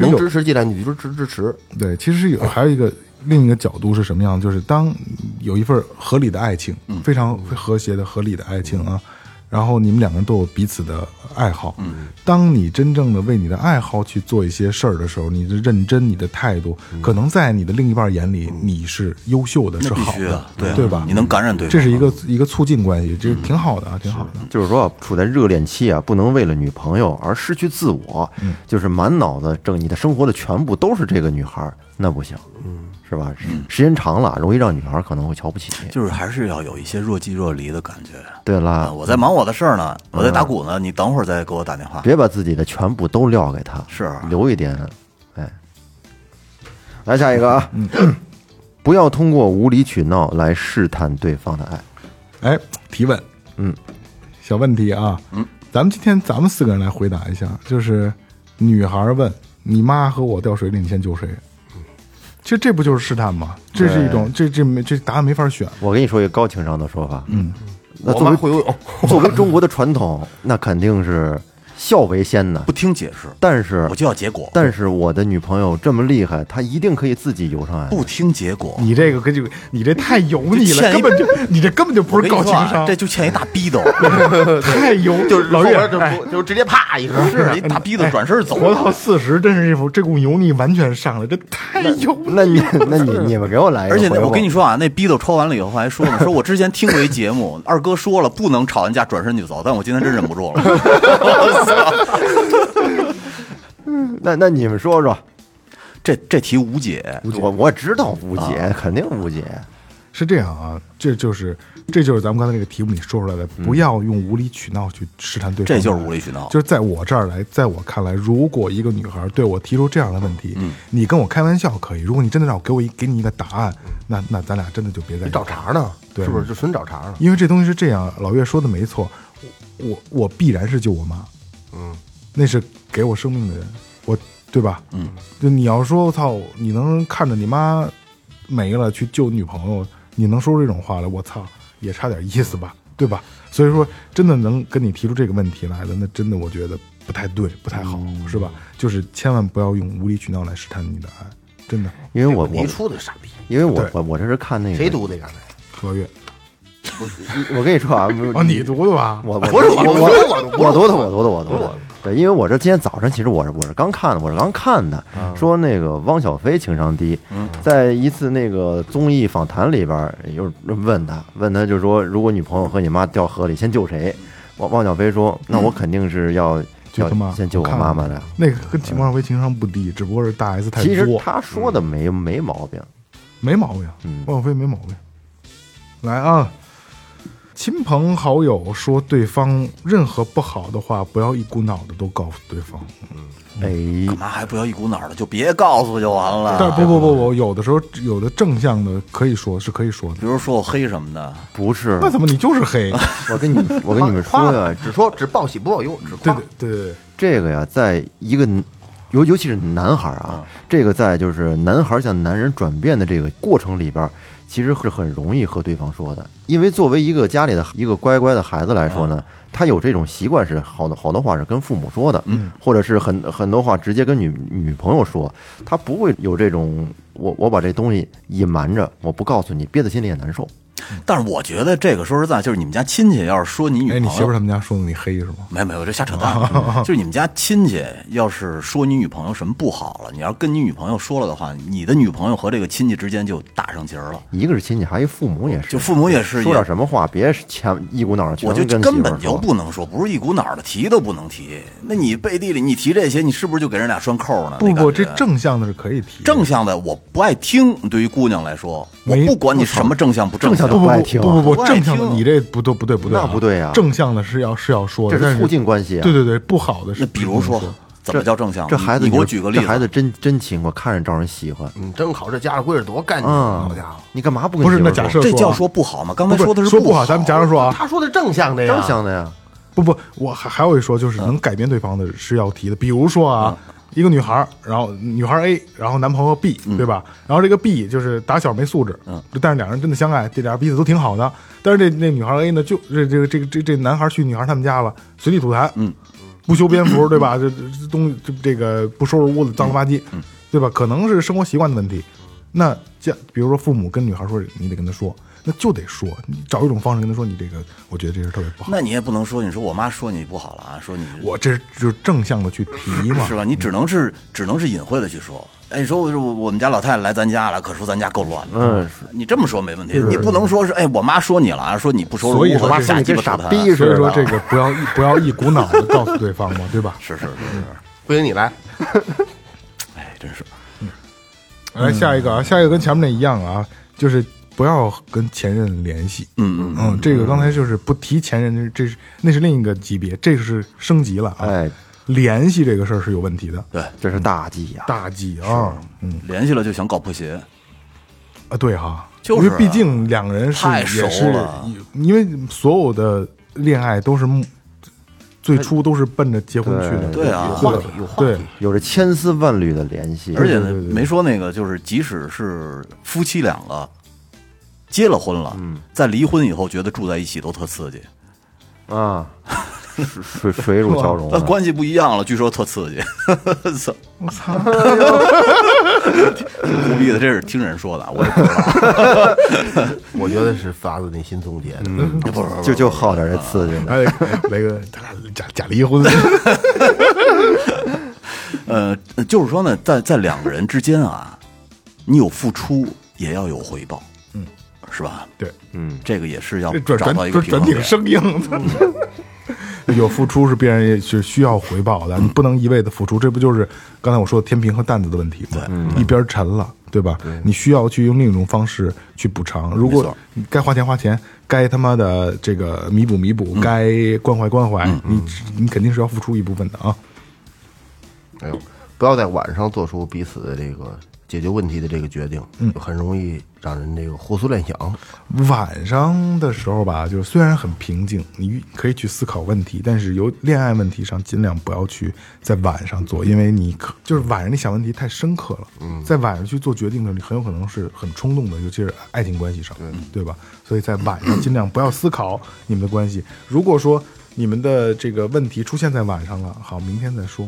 能支持既然你就支持支持。对，其实有还有一个另一个角度是什么样？就是当有一份合理的爱情，嗯非常和谐的合理的爱情啊，然后你们两个人都有彼此的爱好。嗯当你真正的为你的爱好去做一些事儿的时候，你的认真，你的态度，可能在你的另一半眼里你是优秀的，是嗯必好须的啊，对啊对吧？你能感染对方嗯这是一个一个促进关系，这挺好的啊，挺好的。就是说，处在热恋期啊，不能为了女朋友而失去自我，就是满脑子整你的生活的全部都是这个女孩儿，那不行，是吧？时间长了，容易让女孩儿可能会瞧不起你。就是还是要有一些若即若离的感觉。对啊，啦，我在忙我的事儿呢，我在打鼓呢，你等会儿再给我打电话。别把自己的全部都撂给她，是啊留一点，哎。来下一个啊，嗯不要通过无理取闹来试探对方的爱。哎，提问，嗯，小问题啊，嗯，咱们今天咱们四个人来回答一下，就是女孩问你妈和我掉水里，你先救谁？其实这不就是试探吗？这是一种，这这没这答案没法选。我跟你说一个高情商的说法，嗯，那我妈哦作为会游泳，作为中国的传统，那肯定是孝为先的不。听解释，但是我，就要结果，但是我的女朋友这么厉害，她一定可以自己游上来。不听结果。你这个跟就你这太油腻这了，欠根一本就你这根本就我不是跟你高情说啊，商这，就欠一大逼斗， 太油。就是老岳，就哎，就直接啪一个， 是啊一大逼斗，转身走。活到四十，真是这股这股油腻完全上来，这太油腻。那你那你你们给我来一个而回且复，那我跟你说啊，那逼斗抽完了以后还说呢， 说我之前听过一节目，二哥说了不能吵完架转身就走，但我今天真忍不住 了。那那你们说说，这这题无解，啊我我知道无解，肯定无解。是这样啊，这就是这就是咱们刚才那个题目你说出来的，不要用无理取闹去试探对方。嗯这就是无理取闹就是在我这儿来，在我看来，如果一个女孩对我提出这样的问题，嗯你跟我开玩笑可以，如果你真的让我给我一给你一个答案，嗯那那咱俩真的就别再找茬呢，对是不是就纯找茬呢？因为这东西是这样，老岳说的没错，我我我必然是救我妈，嗯，那是给我生命的人，我对吧？嗯，就你要说我操，你能看着你妈没了去救女朋友，你能说出这种话来，我操，也差点意思吧，对吧？所以说，真的能跟你提出这个问题来的，那真的我觉得不太对，不太好，是吧？就是千万不要用无理取闹来试探你的爱，真的，因为我你我嗯出的傻逼，因为我对我我这是看那个谁读的刚才？老岳，我跟你说啊，哦，你读的吧？我我不是我我不是我不是我读的我读的我读的，对，因为我这今天早上其实我是我是刚看的，我是刚看的，说那个汪小菲情商低，嗯在一次那个综艺访谈里边儿，有人问他，问他就说，如果女朋友和你妈掉河里，先救谁？汪汪小菲说，那我肯定是要就他要妈先嗯救我看妈妈的。那个跟秦王菲情商不低，只不过是大 S 太其实作，他说的没没毛病，没毛病嗯，汪小菲没毛病。来啊，亲朋好友说对方任何不好的话，不要一股脑的都告诉对方。哎，干嘛还不要一股脑的就别告诉就完了？但不不不不，有的时候有的正向的可以说是可以说的比，如说我黑什么的，不是那，怎么你就是黑？我跟你我跟你们 说呀、啊只说只报喜不报忧，只对夸对对对，这个呀，在一个尤尤其是男孩嗯啊，这个在就是男孩向男人转变的这个过程里边儿，其实是很容易和对方说的，因为作为一个家里的一个乖乖的孩子来说嗯呢，他有这种习惯是好多好多话是跟父母说的，嗯或者是很很多话直接跟女女朋友说，他不会有这种我我把这东西隐瞒着，我不告诉你，憋在心里也难受。但是我觉得这个说实在，就是你们家亲戚要是说你女哎，你朋媳友妇儿，他哦们家说的你黑是吗？没有没有，这瞎扯淡。嗯就是你们家亲戚要是说你女朋友什么不好了，你要跟你女朋友说了的话，你的女朋友和这个亲戚之间就打上结儿了。一个是亲戚，还有父母也是，就父母也是说也点什么话，别前一股脑儿全我就跟媳根妇儿本就说不能说，不是一股脑儿的提都不能提。那你背地里你提这些，你是不是就给人俩拴扣呢？不啊那感不，觉这正向的是可以提的，正向的我不爱听，对于姑娘来说，我没不管你什么正向不正正向向不都不不爱不听不不不不，爱正向听的你这不对不对不对啊，那不对呀正向的是要是要说的，这但是是促进关系啊对对对，不好的是那比如不能说说。怎么叫正啊向？这孩子你你给我就举个例子，这孩子真真勤快，看着招人喜欢。你嗯真考这家长规矩多干净啊，嗯，好家伙！你干嘛不跟不是媳妇那儿假说设这叫啊说不好吗？刚才不的是说不好，咱们假如说啊，他说的正向的呀，正向的呀？不不，我还还有一说，就是能改变对方的是要提的，比如说啊。一个女孩儿，然后女孩儿 A，然后男朋友 B，对吧？然后这个 B 就是打小没素质，嗯，但是两人真的相爱，这俩彼此都挺好的。但是这那女孩儿 A 呢，就这这个这个这这男孩儿去女孩儿他们家了，随地吐痰，嗯，不修边幅，对吧？这这这东这这个不收拾屋子，脏了吧唧，对吧？可能是生活习惯的问题。那这比如说父母跟女孩儿说，你得跟她说，那就得说，你找一种方式跟她说，你这个我觉得这事儿特别不好。那你也不能说，你说我妈说你不好了啊，说你我这就是正向的去提嘛是，吧？你只能是只能是隐晦的去说。哎，你说我我我们家老太太来咱家了，可说咱家够乱的。嗯，你这么说没问题，你不能说是哎，我妈说你了啊，说你不收拾所屋以子，说这瞎鸡巴扯傻淡逼所以似说这的。个不要一不要一股脑的告诉对方嘛，对吧？是是是是，不行你来，哎，真是来下一个啊，下一个跟前面那一样啊，就是不要跟前任联系。嗯嗯这个刚才就是不提前任，这这是那是另一个级别，这个是升级了啊。嗯哎，联系这个事儿是有问题的，对，这是大忌呀！大忌啊。嗯联系了就想搞破鞋，啊，对哈，就是因为毕竟两个人是太熟也是了，因为所有的恋爱都是目最初都是奔着结婚去的，对啊有话题，有话对题，有着千丝万缕的联系，而且对对对没说那个，就是即使是夫妻俩了，结了婚了，嗯在离婚以后觉得住在一起都特刺激，啊， 水水水乳交融那啊，关系不一样了，据说特刺激。 操，我操，胡逼的，这是听人说的，啊我也不知道。 我觉得是发自内心总结的。嗯就就好点这刺激 的，哎，雷哥，咱俩假假离 婚，呃，就是说呢，在在两个人之间啊，你有付出也要有回报，嗯，是吧？对，嗯，这个也是要这转找转到一个转平转衡挺点。嗯生硬。 有付出是必然也是需要回报的，你不能一味的付出，这不就是刚才我说的天平和担子的问题吗？嗯一边沉了，对吧？你需要去用另一种方式去补偿。如没果错你该花钱花钱，该他妈的这个弥补弥嗯补，该关怀关怀，你你肯定是要付出一部分的啊。哎呦，不要在晚上做出彼此的这个解决问题的这个决定，嗯，很容易让人这个胡思乱想。晚上的时候吧，就是虽然很平静，你可以去思考问题，但是由恋爱问题上尽量不要去在晚上做，因为你可就是晚上你想问题太深刻了，嗯，在晚上去做决定的时候，你很有可能是很冲动的，尤其是爱情关系上，对对吧？所以在晚上尽量不要思考你们的关系。如果说你们的这个问题出现在晚上了，好，明天再说。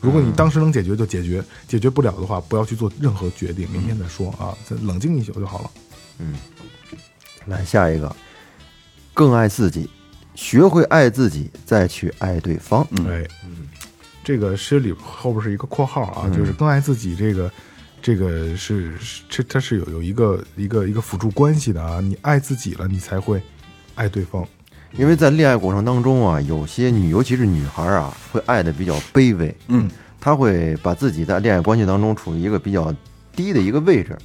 如果你当时能解决就解决，解决不了的话，不要去做任何决定，明天再说啊，再冷静一宿就好了。来下一个，更爱自己，学会爱自己，再去爱对方，嗯嗯哎，这个诗里后边是一个括号嗯啊，就是更爱自己这个。这个是是这它是有有一个一个一个辅助关系的啊，你爱自己了，你才会爱对方。因为在恋爱过程当中啊，有些女，尤其是女孩啊，会爱的比较卑微，嗯，她会把自己在恋爱关系当中处于一个比较低的一个位置，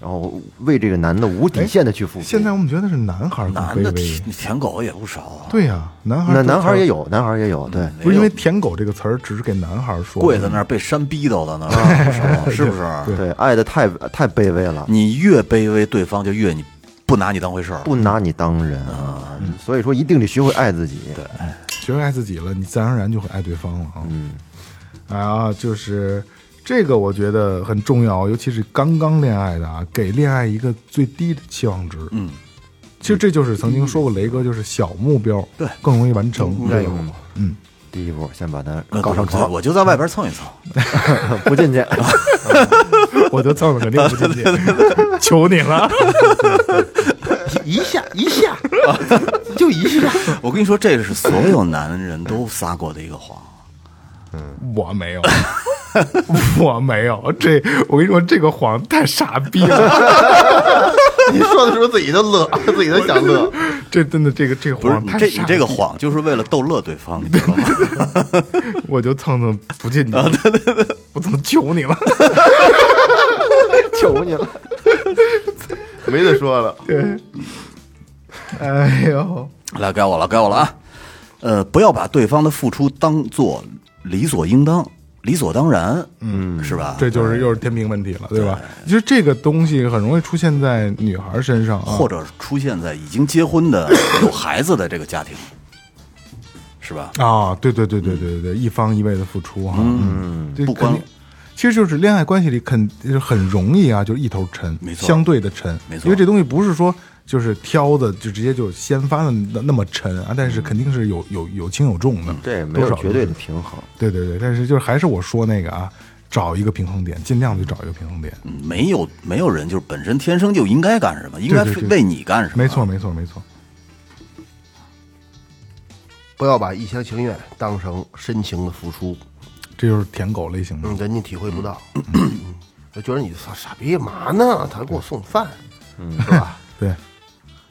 然后为这个男的无底线的去付出。哎现在我们觉得是男孩更男的卑微，舔舔狗也不少啊，对呀、男孩那男孩也有，有，男孩也有，嗯对，不是因为“舔狗”这个词儿只是给男孩说的，跪在那儿被山逼到的那啊儿，不 少啊是不是？对，爱的太太卑微嗯了，你越卑微，对方就越你不拿你当回事儿。不拿你当人啊，嗯所以说一定得学会爱自己。学会爱自己了，你自然而然就会爱对方了啊。嗯，啊，就是这个，我觉得很重要，尤其是刚刚恋爱的啊，给恋爱一个最低的期望值。嗯，其实这就是曾经说过雷哥，就是小目标对更容易完成。应该有嗯第一步，先把他那搞上我床，我就在外边蹭一蹭， 不进去。 我就蹭了，肯定不进去， 求你了。一下一下，就一下，我跟你说，这是所有男人都撒过的一个谎。我没有， 我没有。这我跟你说，这个谎太傻逼了， 你说的时候自己都乐，自己都想乐。这真的这个这个不是谎你太这傻你逼这个谎，就是为了逗乐对方，你知道吗？我就蹭蹭不进去，啊我怎么求你了？ 求你了。没得说了，哎呦，来，该我了，该我了啊！呃，不要把对方的付出当做理所应当、理所当然，嗯，是吧？这就是又是天平问题了，对吧？其实这个东西很容易出现在女孩身上啊，或者出现在已经结婚的、有孩子的这个家庭，是吧？啊，对对对对对对对，一方一味的付出哈，嗯，这不肯光定。其实就是恋爱关系里肯就是很容易啊，就是一头沉，没错相对的沉，没错因为这东西不是说就是挑的就直接就掀翻了那那么沉啊，但是肯定是有有有轻有重的，这没有多少绝都对是的平衡，对对对，但是就是还是我说那个啊，找一个平衡点，尽量去找一个平衡点。嗯没有没有人就是本身天生就应该干什么，应该对对对为你干什么，没错，没错，没错。不要把一厢情愿当成深情的付出，这就是舔狗类型的嗯，，人家体会不到。 嗯就觉得你操傻逼嘛呢？他给我送饭，是吧？对，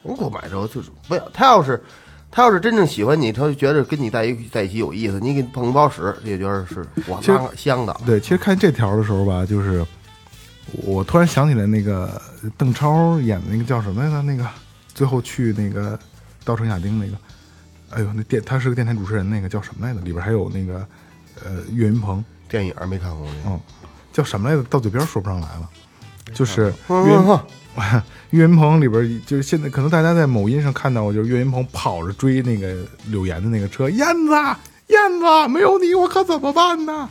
我给我买着就是不要。他要是他要是真正喜欢你，他就觉得跟你在一在一起有意思，你给捧包屎也觉得是我其实妈香的。对。其实看这条的时候吧，就是我突然想起来那个邓超演的那个叫什么来着？那个最后去那个稻城亚丁那个，哎呦，那电他是个电台主持人，那个叫什么来着？里边还有那个呃岳云鹏，电影儿没看过那嗯，叫什么来着？到嘴边儿说不上来了，就是个岳云鹏。 岳云鹏里边儿就是现在，可能大家在某音上看到过，就是岳云鹏跑着追那个柳岩的那个车，燕子，燕骗子，啊没有你我可怎么办呢？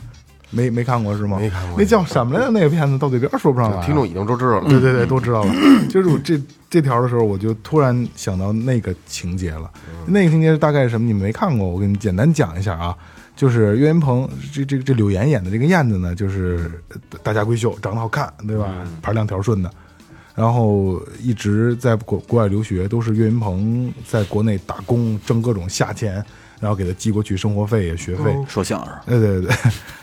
没没看过是吗？没看过那叫什么来着？那个片子到嘴边儿说不上来啊。嗯听众已经都知道了。嗯对对对，都知道了。就是我这这条的时候，我就突然想到那个情节了。那个情节是大概是什么？你们没看过，我给你们简单讲一下啊。就是岳云鹏，这这这柳岩演的这个燕子呢，就是呃大家闺秀，长得好看，对吧？盘亮条顺的，然后一直在国国外留学，都是岳云鹏在国内打工挣各种下钱，然后给他寄过去生活费呀、学费。说相声，对对 对，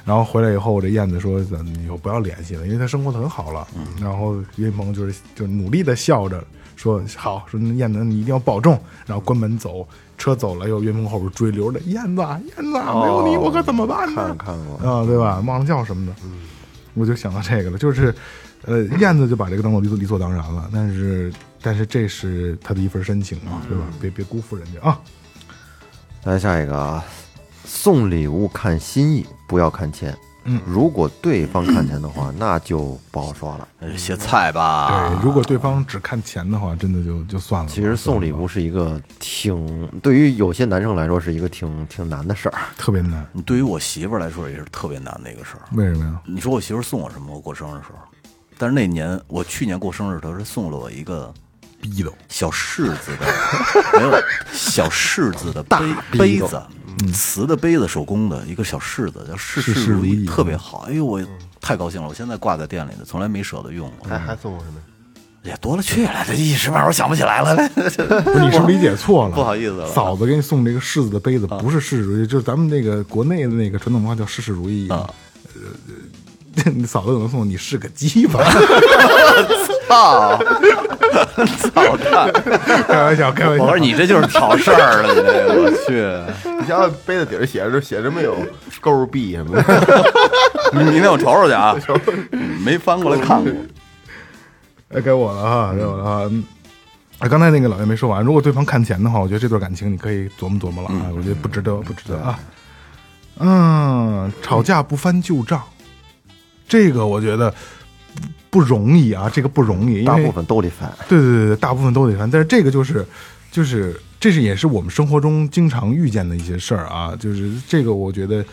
然后回来以后，这燕子说：“咱们以后不要联系了，因为她生活的很好了。”嗯然后岳云鹏就是就努力的笑着说：“好，说燕子你一定要保重。”然后关门走，车走了，又岳云鹏后边追溜着燕子，燕子没有你我可怎么办呢？哦看看过啊，对吧？忘了叫什么的，我就想到这个了，就是，呃，燕子就把这个当做理所理所当然了，但是但是这是他的一份深情嘛，嗯对吧？别别辜负人家啊！来下一个啊，送礼物看心意，不要看钱。嗯如果对方看钱的话，那就不好说了。呃些菜吧对，，如果对方只看钱的话，真的就就算了吧。啊其实送礼物是一个挺，对于有些男生来说是一个挺挺难的事儿。特别难，你对于我媳妇儿来说也是特别难的一个事儿。为什么呀？你说我媳妇儿送我什么？我过生日的时候，但是那年我去年过生日，她是送了我一个逼的，小柿子的，没有小柿子的大杯子，瓷的杯子，手工的一个小柿子，叫事事事如如意，意特别好。哎呦，我太高兴了，我现在挂在店里的，从来没舍得用过还。还送我什么？也多了去了，这一时半会儿想不起来了。 不是你是不是理解错了？不好意思了啊嫂子给你送这个柿子的杯子不是事事如意，就是咱们那个国内的那个传统文化叫事事如意啊。呃， 你嫂子有能送你是个鸡 巴，操！ 操蛋！开玩笑，开玩 我笑说。你这就是挑事儿了，你这个我去！你瞧杯子底下写着写着没有勾 B 什么的，你明天我瞅瞅去啊，没翻过来看过。哎，该我了哈，该我了哈。嗯啊，刚才那个老岳没说完，如果对方看钱的话，我觉得这段感情你可以琢磨琢磨了啊，嗯我觉得不值得，不值得啊。嗯，吵架不翻旧账，这个我觉得不不容易啊，这个不容易，因为大部分都得翻。对对对对，大部分都得翻，但是这个就是就是这是也是我们生活中经常遇见的一些事儿啊，就是这个我觉得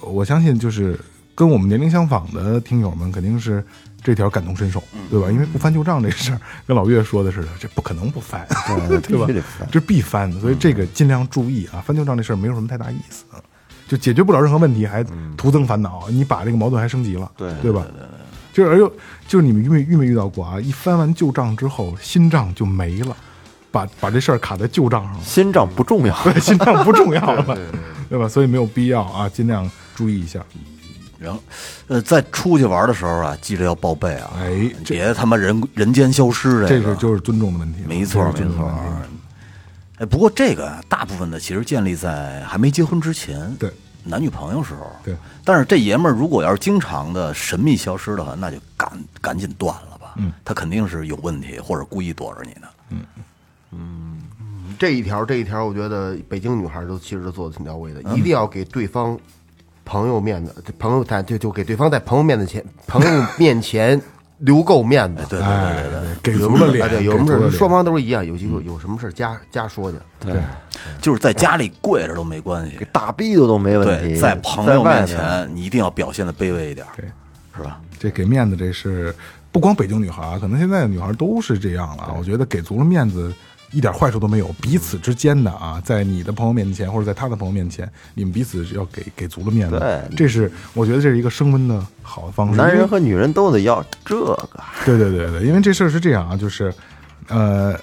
我相信就是跟我们年龄相仿的听友们肯定是这条感同身受，嗯对吧？因为不翻旧账这事儿，跟老岳说的似的，这不可能不翻， 对吧必须得翻？嗯这必翻的，所以这个尽量注意啊，翻旧账这事儿没有什么太大意思。啊就解决不了任何问题，还徒增烦恼，你把这个矛盾还升级了，对对吧？就是而又就是你们遇没遇没遇到过啊？一翻完旧账之后，新账就没了，把把这事儿卡在旧账上了，心账不重要，对，新账不重要了，对吧？所以没有必要啊，尽量注意一下。然后，呃，在出去玩的时候啊，记着要报备啊，哎这别他妈人人间消失这个是。就是尊重的问题了，没错这是尊重的没错问题哎，不过这个大部分的其实建立在还没结婚之前，对男女朋友时候，对。但是这爷们儿如果要是经常的神秘消失的话，那就赶赶紧断了吧，嗯，他肯定是有问题或者故意躲着你的。这一条这一条，我觉得北京女孩都其实都做的挺到位的，一定要给对方朋友面子，朋友在就就给对方在朋友面子前朋友面前留够面子。对对对对对。哎给足了哎脸，对，有什么给事足了儿脸双方都是一样，有机会有什么事儿加加说去。就是在家里跪着都没关系，大逼的都没问对，题。在朋友面在外面，前你一定要表现的卑微一点，对是吧？这给面子，这是不光北京女孩啊，可能现在的女孩都是这样了啊。我觉得给足了面子，一点坏处都没有。彼此之间的啊，在你的朋友面前，或者在他的朋友面前，你们彼此要给给足了面子。对这是我觉得这是一个升温的好的方式。男因为人和女人都得要这个。 对对对对，因为这事儿是这样啊，就是，呃，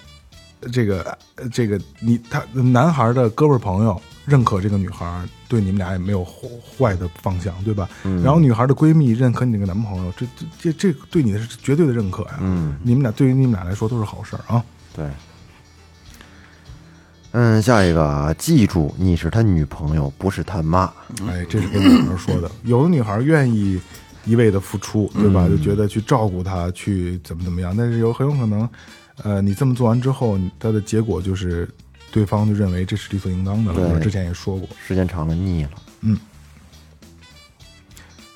这个呃这个你他男孩的哥们儿朋友认可这个女孩儿，对你们俩也没有坏坏的方向，对吧？然后女孩的闺蜜认可你这个男朋友，这这这这个对你的是绝对的认可呀。嗯，你们俩对于你们俩来说都是好事儿啊。对。嗯，下一个啊，记住你是他女朋友，不是他妈。哎，这是跟女孩说的。有的女孩愿意一味的付出，对吧？就觉得去照顾她，去怎么怎么样，但是有很有可能，呃，你这么做完之后，你她的结果就是对方就认为这是理所应当的了。对我之前也说过，时间长了腻了，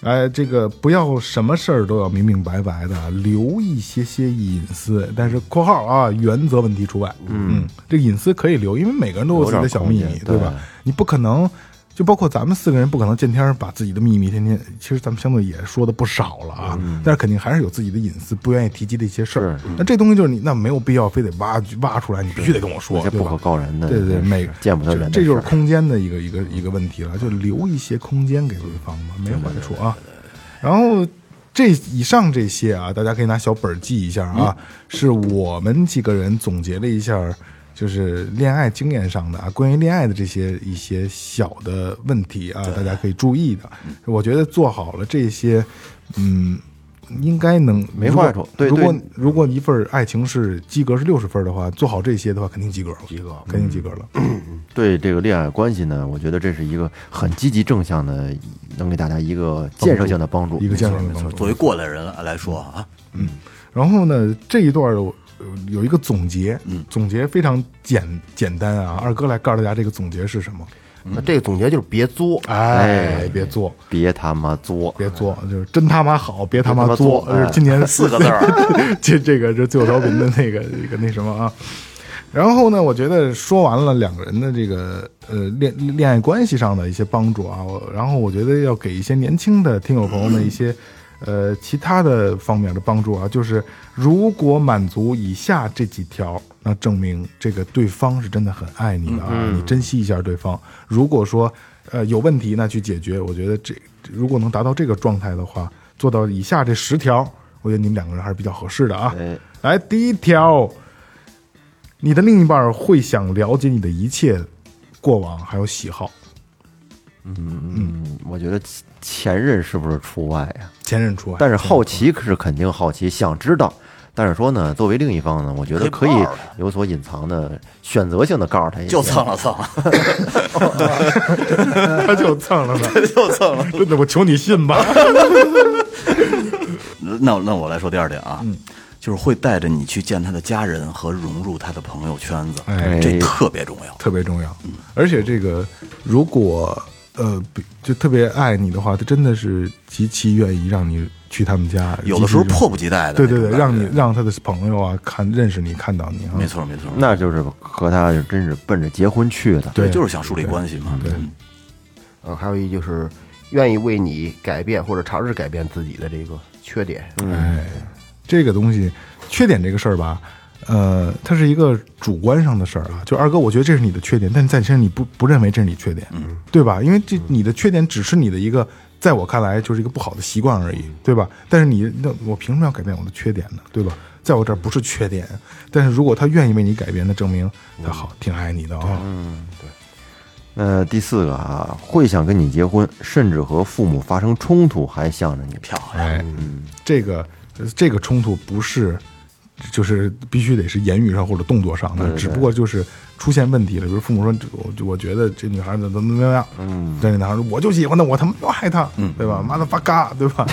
哎，这个不要什么事儿都要明明白白的，留一些些隐私，但是（括号啊）原则问嗯题除外。嗯，这个隐私可以留，因为每个人都有自己的小秘有密点，空对间吧？对你不可能就包括咱们四个人不可能见天儿把自己的秘密天天，其实咱们相对也说的不少了啊，但是肯定还是有自己的隐私，不愿意提及的一些事儿。那这东西就是你那没有必要非得挖挖出来，你必须得跟我说，这对不吧可告人的，对对，每个见不得这人的事这就儿，是空间的一个一个一个问题了，就留一些空间给对方吧，没坏处啊。然后这以上这些啊，大家可以拿小本儿记一下啊，嗯是我们几个人总结了一下，就是恋爱经验上的啊，关于恋爱的这些一些小的问题啊，大家可以注意的。我觉得做好了这些，嗯。应该能没如果坏处对如果对如果一份爱情是及格是六十分的话，做好这些的话，肯定及格了，及格肯定及格了。对这个恋爱关系呢，我觉得这是一个很积极正向的，能给大家一个建设性的帮助。一个健康的帮作助。为过来人来说啊，然后呢，这一段有有一个总结，总结非常简简单啊。二哥来告诉大家这个总结是什么？那这个总结就是别作，哎，别作，别他妈作，别作，就是真他妈好，别他别他妈妈作作。这是今年四个字儿， 这这个这最后调频的那个一个那什么啊。然后呢，我觉得说完了两个人的这个呃恋恋爱关系上的一些帮助啊，我然后我觉得要给一些年轻的听友朋友们一些呃其他的方面的帮助啊，就是如果满足以下这几条，那证明这个对方是真的很爱你的啊，你珍惜一下对方。如果说呃有问题，那去解决。我觉得这如果能达到这个状态的话，做到以下这十条，我觉得你们两个人还是比较合适的啊。哎，来，第一条，你的另一半会想了解你的一切过往还有喜好，嗯，我觉得前前任是不是除外呀、前任除外。但是好奇是肯定好奇，想知道。但是说呢，作为另一方呢，我觉得可以可以报了有所隐藏的，选择性的告诉他一些，就蹭了蹭 了， 他就蹭了呢，就蹭了。 真的，我求你 信吧。那那我来说第二点啊，嗯就是会带着你去见他的家人和融入他的朋友圈子，哎这特别重要。特别重要。而且这个，如果呃比就特别爱你的话，他真的是极其愿意让你去他们家，有的时候极其迫不及待的对那对种感觉，对，让你让他的朋友啊看认识你，看到你啊，没错没错，那就是和他真是奔着结婚去的。对，就是想树立关系嘛。对嗯呃，还有一就是愿意为你改变或者尝试改变自己的这个缺点，这个东西，缺点这个事儿吧，呃，它是一个主观上的事儿啊。就二哥，我觉得这是你的缺点，但在你身上你不不认为这是你缺点，对吧？因为这你的缺点只是你的一个，在我看来就是一个不好的习惯而已，对吧？但是你那我凭什么要改变我的缺点呢？对吧？在我这儿不是缺点，但是如果他愿意为你改变，那证明他好，挺爱你的啊、那第四个啊，会想跟你结婚，甚至和父母发生冲突，还向着你。漂亮，哎，这个呃这个冲突不是，就是必须得是言语上或者动作上的，只不过就是出现问题了。比如父母说，我我觉得这女孩怎么怎么怎么样，嗯，这男孩说我就喜欢她，我他妈就爱她，嗯，对吧？妈的发嘎，对吧？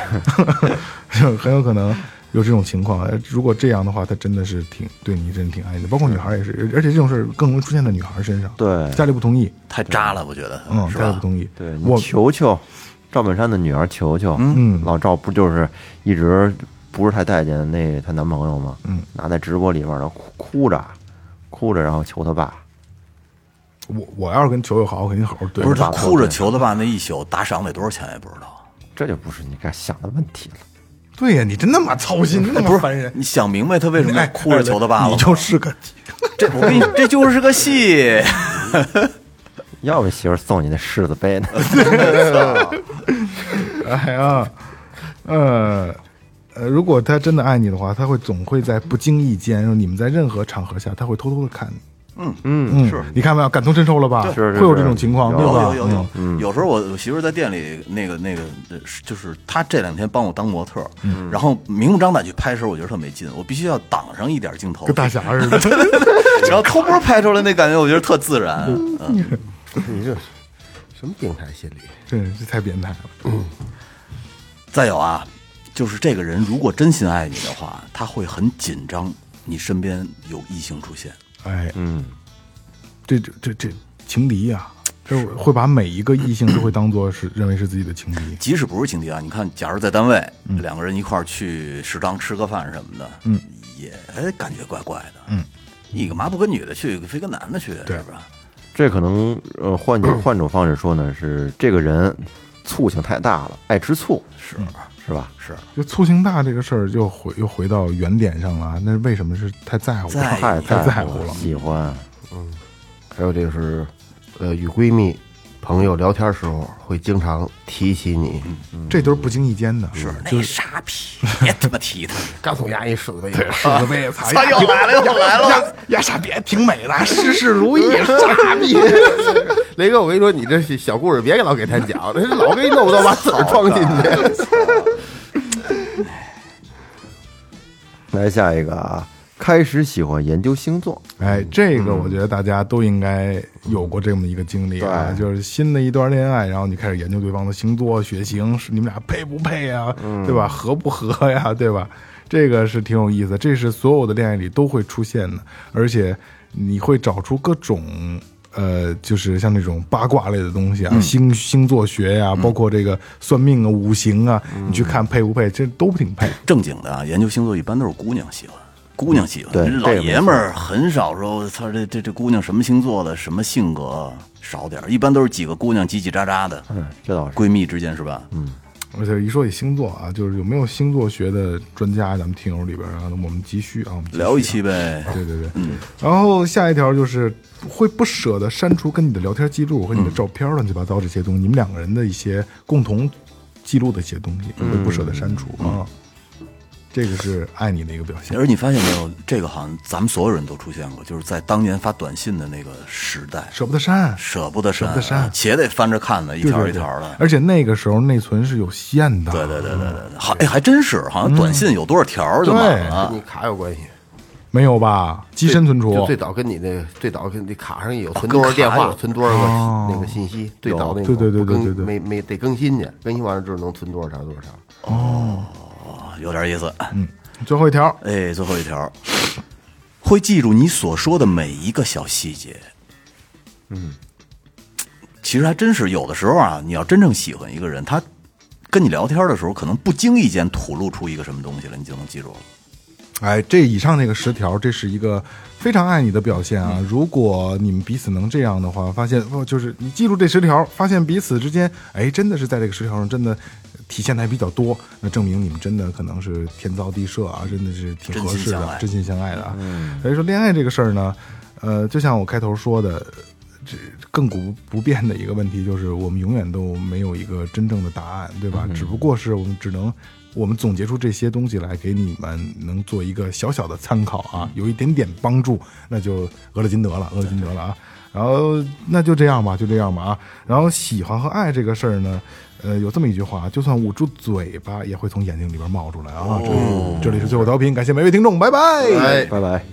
很有可能。有这种情况，呃如果这样的话，他真的是挺对你，真的挺爱你的。包括女孩也是，而且这种事儿更容易出现在女孩身上。对家里不同意，太渣了，我觉得，嗯，是家里不吧？同意。对你我球球，赵本山的女儿球球，嗯老赵不就是一直不是太待见那她男朋友吗？嗯，拿在直播里边儿，然后哭哭着，哭着，然后求他爸，我我要是跟球友好，我肯定好好对。不是他打错哭着对求他爸那一宿打赏得多少钱也不知道。这就不是你该想的问题了。对呀、你真他妈操 心，那么烦人。你想明白他为什么哎要哭着求他爸你了吗？就是个 这我跟你，这就是个戏。要不媳妇儿送你那柿子杯呢？ 哎呀，呃呃，如果他真的爱你的话，他会总会在不经意间，让你们在任何场合下，他会偷偷的看你。嗯嗯是，你看没有，感同身受了吧？是会是有这种情况，有对有吧？有有有嗯，有时候我我媳妇儿在店里那个那个，呃就是她这两天帮我当模特儿，然后明目张胆去拍时候，我觉得特没劲，我必须要挡上一点镜头跟，大侠似的。然后偷摸拍出来那感觉，我觉得特自然。嗯，你这什么病态心理？真是太变态了。再有啊，就是这个人如果真心爱你的话，他会很紧张，你身边有异性出现，哎，嗯，这这这这情敌呀、这会把每一个异性都会当做是认为是自己的情敌。即使不是情敌啊，你看，假如在单位两个人一块儿去食堂吃个饭什么的，嗯，也感觉怪怪的，嗯，你干嘛不跟女的去，非跟男的去，是不是？这可能呃换种换种方式说呢，是这个人醋性太大了，爱吃醋是是吧？是就醋性大这个事儿又回又回到原点上了啊，那为什么是太在乎在了？太太在乎乎了喜欢还有这是，呃，与闺蜜、朋友聊天时候会经常提起你，这都是不经意间的，嗯是那傻逼，别他妈提他，刚从牙医室子是的为 他他又哎来了又来了，哎呀傻逼挺美的，事事如 不易傻逼。 雷哥，我跟你说，你这小故事别老给他讲，那老给你弄到把籽儿装进 去。来下一个啊，开始喜欢研究星座，哎，这个我觉得大家都应该有过这么一个经历啊，对就是新的一段恋爱，然后你开始研究对方的星座、血型，是你们俩配不配啊，对吧？合不合呀，对吧？这个是挺有意思，这是所有的恋爱里都会出现的，而且你会找出各种。呃，就是像那种八卦类的东西啊，星星座学呀、包括这个算命啊、五行啊，你去看配不配，这都挺配。正经的啊，研究星座一般都是姑娘喜欢，姑娘喜欢。对这老这个没爷们儿很少说，操这这这姑娘什么星座的，什么性格少点儿，一般都是几个姑娘叽叽喳喳的，嗯，这倒是闺蜜之间是吧？嗯，而且一说起星座啊，就是有没有星座学的专家，咱们听友里边啊，我们急需啊，我们急需聊一。嗯期呗。对对对，然后下一条就是会不舍得删除跟你的聊天记录和你的照片儿乱七八糟这些东西，你们两个人的一些共同记录的一些东西，嗯会不舍得删除啊。这个是爱你的一个表现而你发现没有，这个好像咱们所有人都出现过，就是在当年发短信的那个时代，舍不得删，舍不得删，舍不得删且得翻着看呢，一对条对一条对的。而且那个时候内存是有限的，对对对对对对，好，哎，还真是，好像短信有多少条儿就对满了跟你。卡有关系，没有吧？机身存就储最，早跟你那最早跟你啊卡上有存多少电话，存多少个那个信息，最早那个啊对对对对不更对对没没得更新去，更新完了之后能存多少条多少条。哦有点意思。最后一条，哎，最后一条，会记住你所说的每一个小细节。嗯，其实还真是有的时候啊，你要真正喜欢一个人，他跟你聊天的时候，可能不经意间吐露出一个什么东西了，你就能记住了。哎，这以上这个十条，这是一个非常爱你的表现啊！如果你们彼此能这样的话，发现哦，就是你记住这十条，发现彼此之间，哎，真的是在这个十条上真的体现的还比较多，那证明你们真的可能是天造地设啊，真的是挺合适的，真心相爱的啊。所以说，恋爱这个事儿呢，呃，就像我开头说的，这亘古不变的一个问题就是，我们永远都没有一个真正的答案，对吧？只不过是我们只能，我们总结出这些东西来，给你们能做一个小小的参考啊，有一点点帮助，那就俄勒金德了，俄勒金德了啊。然后那就这样吧，就这样吧啊。然后喜欢和爱这个事儿呢，呃，有这么一句话，就算捂住嘴巴，也会从眼睛里边冒出来啊。这里这里是最后调频，感谢每位听众，拜拜哎，拜拜。